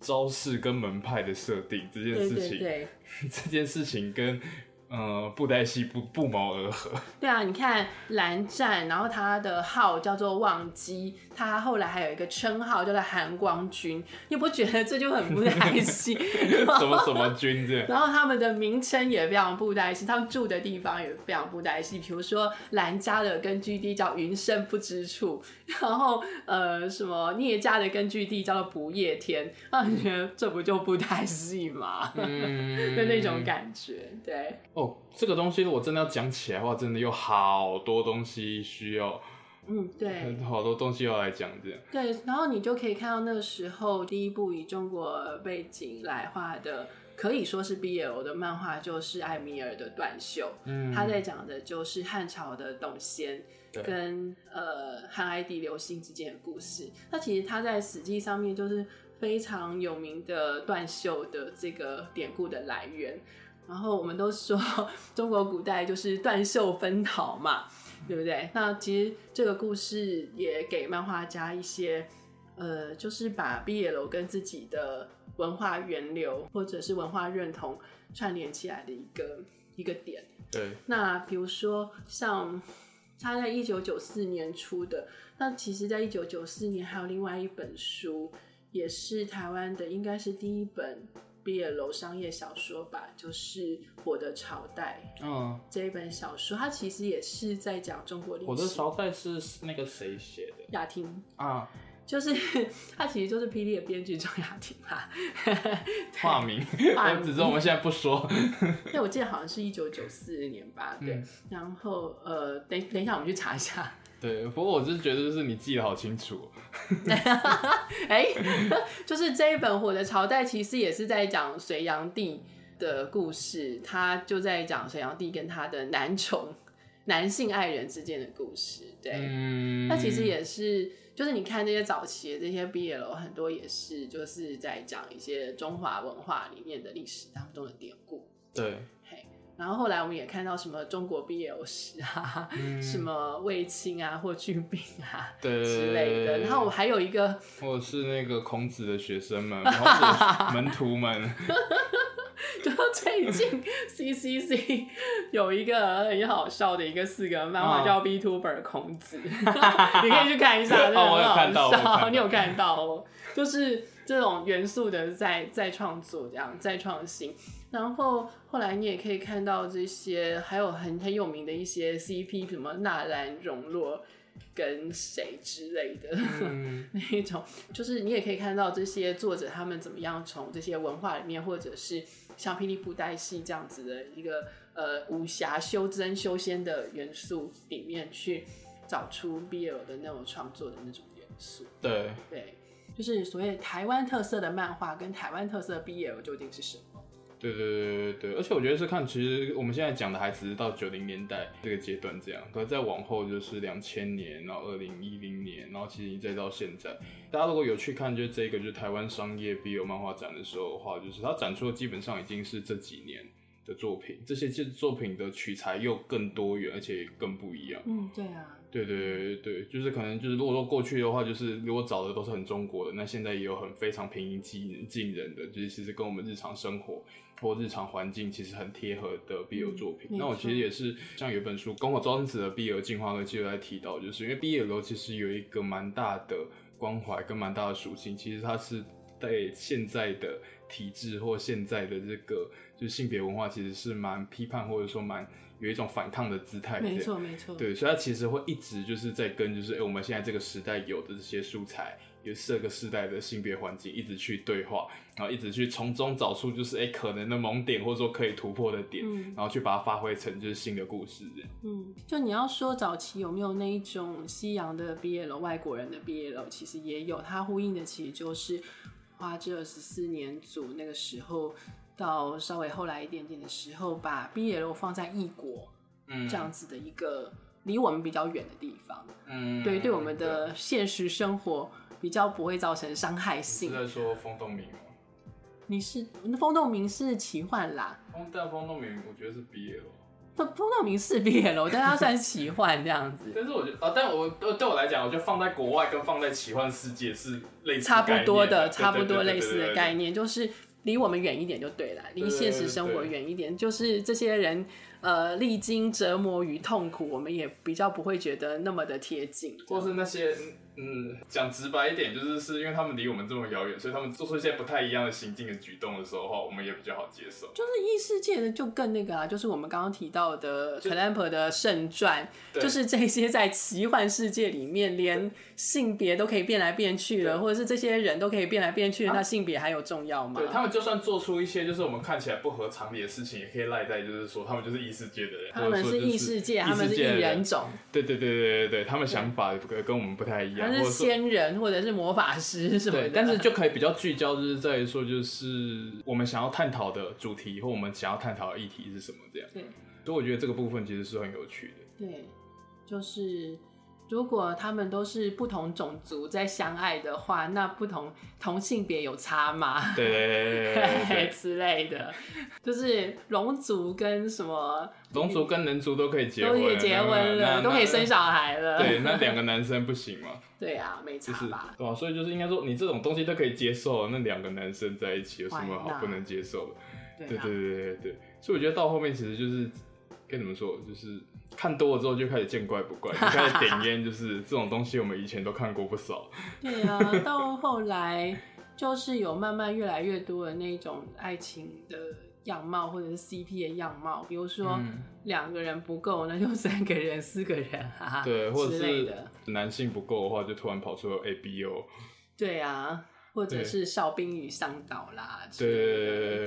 S2: 招式跟门派的设定这件
S1: 对
S2: 事情，
S1: 对对，
S2: [laughs] 这件事情跟呃布袋戏不不谋而合。 [laughs]
S1: 对啊，你看蓝湛，然后他的号叫做忘机，他后来还有一个称号叫做韩光君，你不觉得这就很不太戏？
S2: 什么什么君这样。
S1: [laughs] 然后他们的名称也非常布袋戏，他们住的地方也非常布袋戏。比如说兰家的根据地叫云深不知处，然后呃什么聂家的根据地叫做不夜天，那你觉得这不就布袋戏吗？
S2: 嗯
S1: 就那种感觉，对。
S2: 哦，这个东西我真的要讲起来的话，真的有好多东西需要，
S1: 嗯，对，
S2: 好多东西要来讲这样。
S1: 对，然后你就可以看到那时候第一部以中国背景来画的，可以说是 BL 的漫画，就是艾米尔的《短袖》，
S2: 嗯
S1: 他在讲的就是汉朝的董先
S2: 对
S1: 跟呃汉哀帝刘歆之间的故事。那其实他在《史记》上面就是非常有名的断袖的这个典故的来源。然后我们都说中国古代就是断袖分桃嘛，对不对？那其实这个故事也给漫画家一些，呃，就是把 BL 跟自己的文化源流或者是文化认同串联起来的一个一个点。
S2: 对，
S1: 那比如说像他在一九九四年出的，那其实在一九九四年还有另外一本书，也是台湾的，应该是第一本 BL 商业小说吧，就是《我的朝代》
S2: 嗯，
S1: 这一本小说，它其实也是在讲中国历史。
S2: 我的朝代是那个谁写的
S1: 雅婷，
S2: 啊？
S1: 就是 [laughs] 它其实就是霹雳的编剧张雅婷啦。
S2: 化名，
S1: 化名
S2: 只是我们现在不说。
S1: 对，我记得好像是一九九四年吧，对。
S2: 嗯
S1: 然后呃，等等一下我们去查一下。
S2: 对，不过我是觉得就是你记得好清楚。
S1: 哎、就是这一本《火的朝代》，其实也是在讲隋炀帝的故事，他就在讲隋炀帝跟他的男宠、男性爱人之间的故事。对，
S2: 嗯，
S1: 那、其实也是，就是你看这些早期的这些 BL 很多也是就是在讲一些中华文化里面的历史当中的典故。
S2: 对，
S1: 嘿，然后后来我们也看到什么中国 BL 史啊，什么卫青啊或剧病啊
S2: 嗯对
S1: 之类的。然后我还有一个
S2: 或者是那个孔子的学生
S1: [laughs]
S2: 们，孔子的门徒们，
S1: 就
S2: [laughs]
S1: 最近 C C C 有一个很好笑的一个四个漫画
S2: 哦
S1: 叫 B Tuber
S2: [laughs]
S1: 孔子，你可以去看一下，真的
S2: 哦我有
S1: 很
S2: 看到我
S1: 好
S2: 有看
S1: 笑。
S2: 到
S1: 你有看到哦？就是这种元素的在在创作，这样在创新。然后后来你也可以看到这些，还有很很有名的一些 CP，什么纳兰容若跟谁之类的。
S2: 嗯，
S1: [laughs] 那一种，就是你也可以看到这些作者他们怎么样从这些文化里面，或者是像霹雳布袋戏这样子的一个呃武侠修真修仙的元素里面去找出 BL 的那种创作的那种元素。
S2: 对，
S1: 对，就是所谓台湾特色的漫画跟台湾特色的 BL 究竟是什么？
S2: 对对对对对，而且我觉得是看，其实我们现在讲的还只是到九零年代这个阶段这样，可是再往后就是两千年，然后二零一零年，然后其实再到现在，大家如果有去看，就这个就是台湾商业 BL 漫画展的时候的话，就是它展出的基本上已经是这几年的作品，这些作品的取材又更多元，而且更不一样。
S1: 嗯，对啊，
S2: 对对对对对，就是可能就是如果说过去的话，就是如果找的都是很中国的，那现在也有很非常平易近近人的，就是其实跟我们日常生活或日常环境其实很贴合的 BL 作品。
S1: 嗯没
S2: 那我
S1: 错
S2: 其实也是像有一本书《跟我庄子的 BL 进化论》，其实有在提到，就是因为 BL 其实有一个蛮大的关怀跟蛮大的属性，其实它是对现在的体制或现在的这个就是性别文化其实是蛮批判或者说蛮有一种反抗的姿态这样。
S1: 没错没错，
S2: 对，所以它其实会一直就是在跟就是哎、诶我们现在这个时代有的这些素材，有这个时代的性别环境一直去对话，然后一直去从中找出就是哎、诶可能的萌点，或者说可以突破的点，
S1: 嗯
S2: 然后去把它发挥成就是新的故事这样。
S1: 嗯，就你要说早期有没有那一种西洋的 BL 外国人的 BL，其实也有，它呼应的其实就是花之二十四年组那个时候到稍微后来一点点的时候，把 BL 放在异国
S2: 嗯
S1: 这样子的一个离我们比较远的地方，
S2: 嗯
S1: 对，对我们的现实生活比较不会造成伤害
S2: 是
S1: 性。
S2: 在说风动明吗？
S1: 你是风洞明是奇幻啦，
S2: 风但风动明我觉得是 BL，
S1: 风风洞明是 BL，但它算奇幻这样子。
S2: 但是我觉得啊，但我对对我来讲，我觉得放在国外跟放在奇幻世界是类似
S1: 差不多
S2: 概念啊
S1: 的，差不多类似的概
S2: 念。
S1: 念，就是离我们远一点就对了，离
S2: 对
S1: 现实生活远一点。就是这些人，呃，历经折磨与痛苦，我们也比较不会觉得那么的贴近。
S2: 或是那些嗯，讲直白一点，就是是因为他们离我们这么遥远，所以他们做出一些不太一样的行径的举动的时候的话，我们也比较好接受。
S1: 就是异世界的就更那个啊，就是我们刚刚提到的 Clamp 的圣传，
S2: 对
S1: 就是这些在奇幻世界里面连性别都可以变来变去了，
S2: 对
S1: 或者是这些人都可以变来变去，那性别还有重要吗
S2: 对？他们，就算做出一些就是我们看起来不合常理的事情，也可以赖在就是说他们就是异世界的人，
S1: 他们
S2: 或者
S1: 是
S2: 说就是
S1: 异世界，
S2: 界
S1: 他们是异
S2: 的
S1: 人。种。
S2: 对对对对对对，他们想法跟跟我们不太一样，
S1: 他
S2: 或
S1: 是
S2: 者说
S1: 仙人或者是魔法师什么的啊
S2: 对，，但是就可以比较聚焦，就是在于说，就是我们想要探讨的主题或我们想要探讨的议题是什么这样。
S1: 对
S2: 所以我觉得这个部分其实是很有趣的。
S1: 对，就是如果他们都是不同种族在相爱的话，那不同同性别有差吗？
S2: 对对对对对对对，
S1: [laughs] 之类的，就是龙族跟什么
S2: 龙族跟人族都可以结
S1: 都
S2: 婚了，啊
S1: 可以结婚
S2: 那那
S1: 了，都可以生小孩了，
S2: 对，那两个男生不行嘛？
S1: 对啊，没
S2: 就
S1: 差 [laughs]
S2: 是
S1: 吧？
S2: 对吧、所以就是应该说，你这种东西都可以接受，那两个男生在一起有什么好不能接受的？对
S1: 对啊
S2: 对，对对对。所以我觉得到后面其实就是跟你们说，就是看多了之后就开始见怪不怪，就开始点烟，就是这种东西我们以前都看过不少。
S1: 对啊，到后来就是有慢慢越来越多的那种爱情的样貌，或者是 CP 的样貌，比如说
S2: 嗯
S1: 两个人不够，那就三个人、四个人，哈哈，
S2: 对，或者
S1: 之类
S2: 是
S1: 啊的，
S2: 男性不够的话，就突然跑出了 A B O，
S1: 对啊，或者
S2: 对
S1: 是哨兵与上岛啦，之
S2: 对
S1: 类的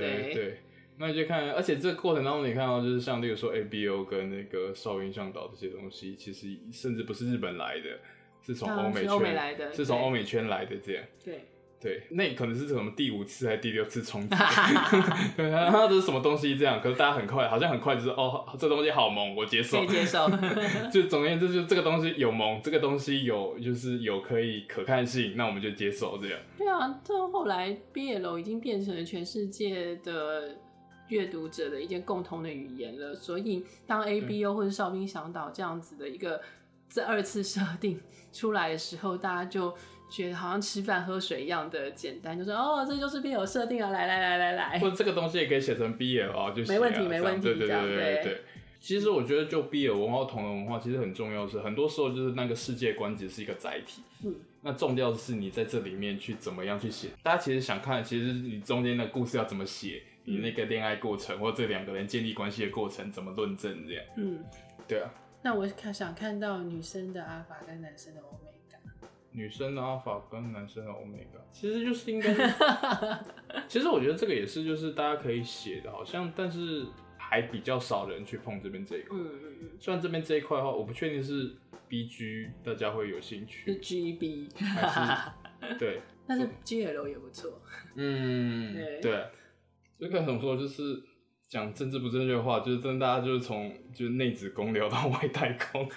S2: 对
S1: 对
S2: 对。那你就看，而且这个过程当中，你看到就是像例如说 A B O 跟那个少云向导这些东西，其实甚至不是日本来的，是从
S1: 啊
S2: 欧美
S1: 是
S2: 圈
S1: 欧美来的
S2: 是从
S1: 对
S2: 欧美圈来的这样。
S1: 对
S2: 对对，那可能是什么第五次还是第六次
S1: [laughs]
S2: 冲击，对，然后这是什么东西这样，可是大家很快，好像很快就是哦，这东西好萌，我接
S1: 可
S2: 受
S1: 以。接受。
S2: [laughs] 就总而言之，就这个东西有萌，这个东西有就是有可以可看性，那我们就接受这样。
S1: 对啊，到后来 BL 已经变成了全世界的阅读者的一件共同的语言了，所以当 ABO 或者哨兵响岛这样子的一个这二次设定出来的时候，大家就觉得好像吃饭喝水一样的简单，就说哦，这就是 BL 设定啊，来来来来
S2: 或者
S1: 来，
S2: 这个东西也可以写成 BL 啊，就写啊
S1: 没问题
S2: 这样
S1: 没问题
S2: 对对
S1: 这
S2: 对
S1: 样
S2: 对
S1: 对
S2: 对对。其实我觉得，就 BL 文化、同人文化，其实很重要的是，很多时候就是那个世界观只是一个载体。
S1: 嗯，
S2: 那重要的是你在这里面去怎么样去写。大家其实想看，其实你中间的故事要怎么写，你那个恋爱过程或这两个人建立关系的过程怎么论证这样。
S1: 嗯，
S2: 对啊，
S1: 那我看想看到女生的阿法跟男生的欧美感，
S2: 女生的阿法跟男生的欧米伽，其实就是应该
S1: [laughs]
S2: 是其实我觉得这个也是，就是大家可以写的，好像但是还比较少人去碰这边这一块。
S1: 嗯嗯嗯，
S2: 虽然这边这一块的话，我不确定是 B G 大家会有兴
S1: 是 [laughs]
S2: 趣，
S1: GB，
S2: 还是对，
S1: 但是 GL 也不错，
S2: 嗯
S1: 对
S2: 对。所以该怎么说，就是讲政治不正确的话，就是真的大家就是从就是内子宫聊到外太
S1: [laughs]
S2: 空，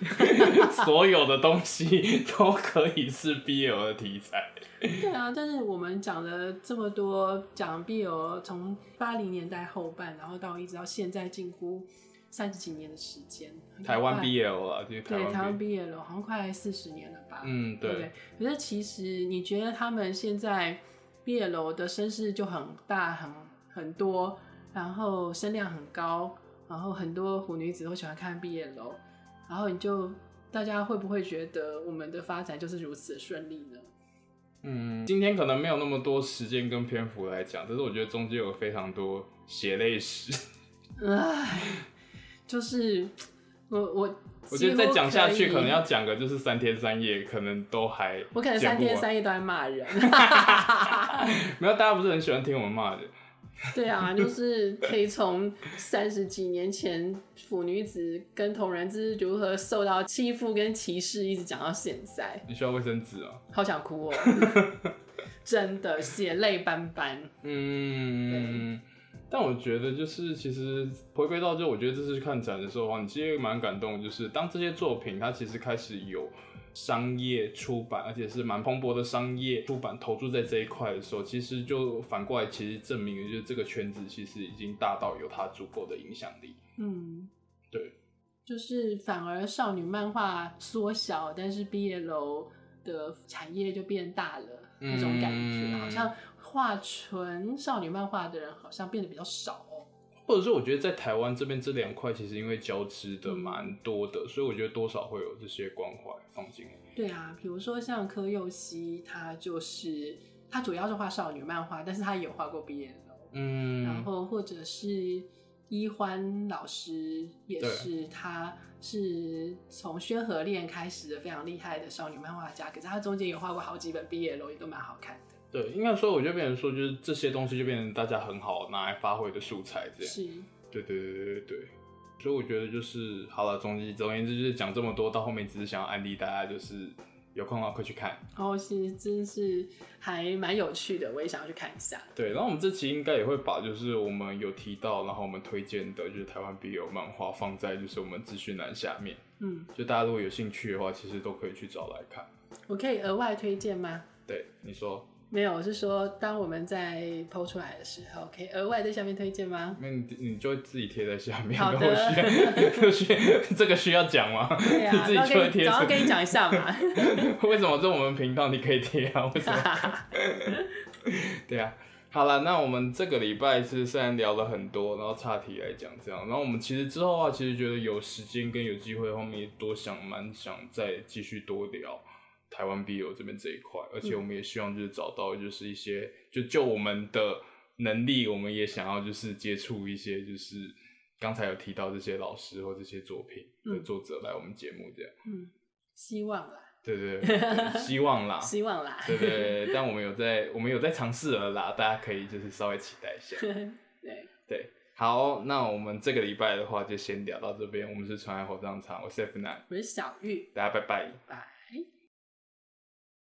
S2: 所有的东西都可以是 B L 的题材。
S1: 对啊，但是我们讲了这么多，讲 BL 从八零年代后半，然后到一直到现在，近乎三十几年的时间。
S2: 台湾
S1: 快
S2: B L 啊，就是台
S1: 对台湾
S2: 湾 B，
S1: BL 好像快四十年了吧？，
S2: 嗯，
S1: 对不
S2: 对
S1: 对。可是其实你觉得他们现在 BL 的声势就很大，很很多，然后声量很高，然后很多腐女子都喜欢看 BL，然后你就大家会不会觉得我们的发展就是如此顺利呢？
S2: 嗯，今天可能没有那么多时间跟篇幅来讲，但是我觉得中间有非常多血泪史。
S1: 唉，就是我我
S2: 我觉得再讲下去，
S1: 几乎
S2: 可能要讲个就是三天三夜，可能都还
S1: 我可能三
S2: 讲
S1: 天
S2: 不完
S1: 三夜都在骂人。
S2: [laughs] 没有，大家不是很喜欢听我们骂的，
S1: 对啊，就是可以从三十几年前腐女子跟同人之如何受到欺负跟歧视，一直讲到现在，
S2: 你需要卫生纸啊。
S1: 好想
S2: [laughs]
S1: 哭哦，真的血泪斑斑。
S2: 嗯，但我觉得就是其实回归到就我觉得这次去看展的时候啊，你其实蛮感动的，就是当这些作品它其实开始有商业出版，而且是蛮蓬勃的商业出版投注在这一块的时候，其实就反过来其实证明了就是这个圈子其实已经大到有它足够的影响力。
S1: 嗯，
S2: 对，
S1: 就是反而少女漫画缩小，但是 BL 的产业就变大了，
S2: 嗯
S1: 那种感觉，好像画纯少女漫画的人好像变得比较少哦。
S2: 或者是我觉得在台湾这边这两块其实因为交织的蛮多的，所以我觉得多少会有这些关怀放进来。
S1: 对啊，比如说像柯佑熙，他就是他主要是画少女漫画，但是他也有画过 BL，、然
S2: 嗯，
S1: 后或者是一欢老师也是，他是从《宣和恋》开始的非常厉害的少女漫画家，可是他中间有画过好几本 BL，也都蛮好看的。
S2: 对，应该说我就变成说，就是这些东西就变成大家很好拿来发挥的素材，这样。
S1: 是，
S2: 对啊对对对对对。所以我觉得就是好了，总之总而言之就是讲这么多，到后面只是想要安利大家，就是有空的话快去看。
S1: 然后其实真是还蛮有趣的，我也想要去看一下。
S2: 对，然后我们这期应该也会把就是我们有提到，然后我们推荐的就是台湾 BL 漫画放在就是我们资讯栏下面，
S1: 嗯，
S2: 就大家如果有兴趣的话，其实都可以去找来看。
S1: 我可以额外推荐吗？
S2: 对，你说，
S1: 没有，我是说当我们在剖出来的时候，可以额外在下面推荐吗？
S2: 那你你就会自己贴在下面，
S1: 好的
S2: 然后 [laughs] 需要需要这个需要讲吗？ [laughs]
S1: 对啊，
S2: 你自
S1: 然
S2: 己
S1: 后
S2: 就会
S1: 跟你
S2: 贴出
S1: 早上
S2: 来。
S1: 跟你讲一
S2: [laughs]
S1: 下嘛。
S2: 为什么在我们频道你可以贴啊？为什么？对啊。好了，那我们这个礼拜是虽然聊了很多，然后岔题来讲这样，然后我们其实之后啊，其实觉得有时间跟有机会的话，我们也多想蛮想再继续多聊台湾 BL 这边这一块，而且我们也希望就是找到就是一些就就我们的能力，我们也想要就是接触一些就是刚才有提到这些老师或这些作品的
S1: 嗯
S2: 作者来我们节目这样，
S1: 嗯， [laughs] 希望啦，
S2: 对对对对，希望啦，
S1: 希望啦。 [laughs]
S2: 对对对，但我们有在，我们有在尝试了啦，大家可以就是稍微期待一下。 [laughs]
S1: 对，
S2: 对，好，那我们这个礼拜的话就先聊到这边。我们是传爱火葬场，我是 F 男，
S1: 我是小玉，
S2: 大家拜拜。
S1: 拜。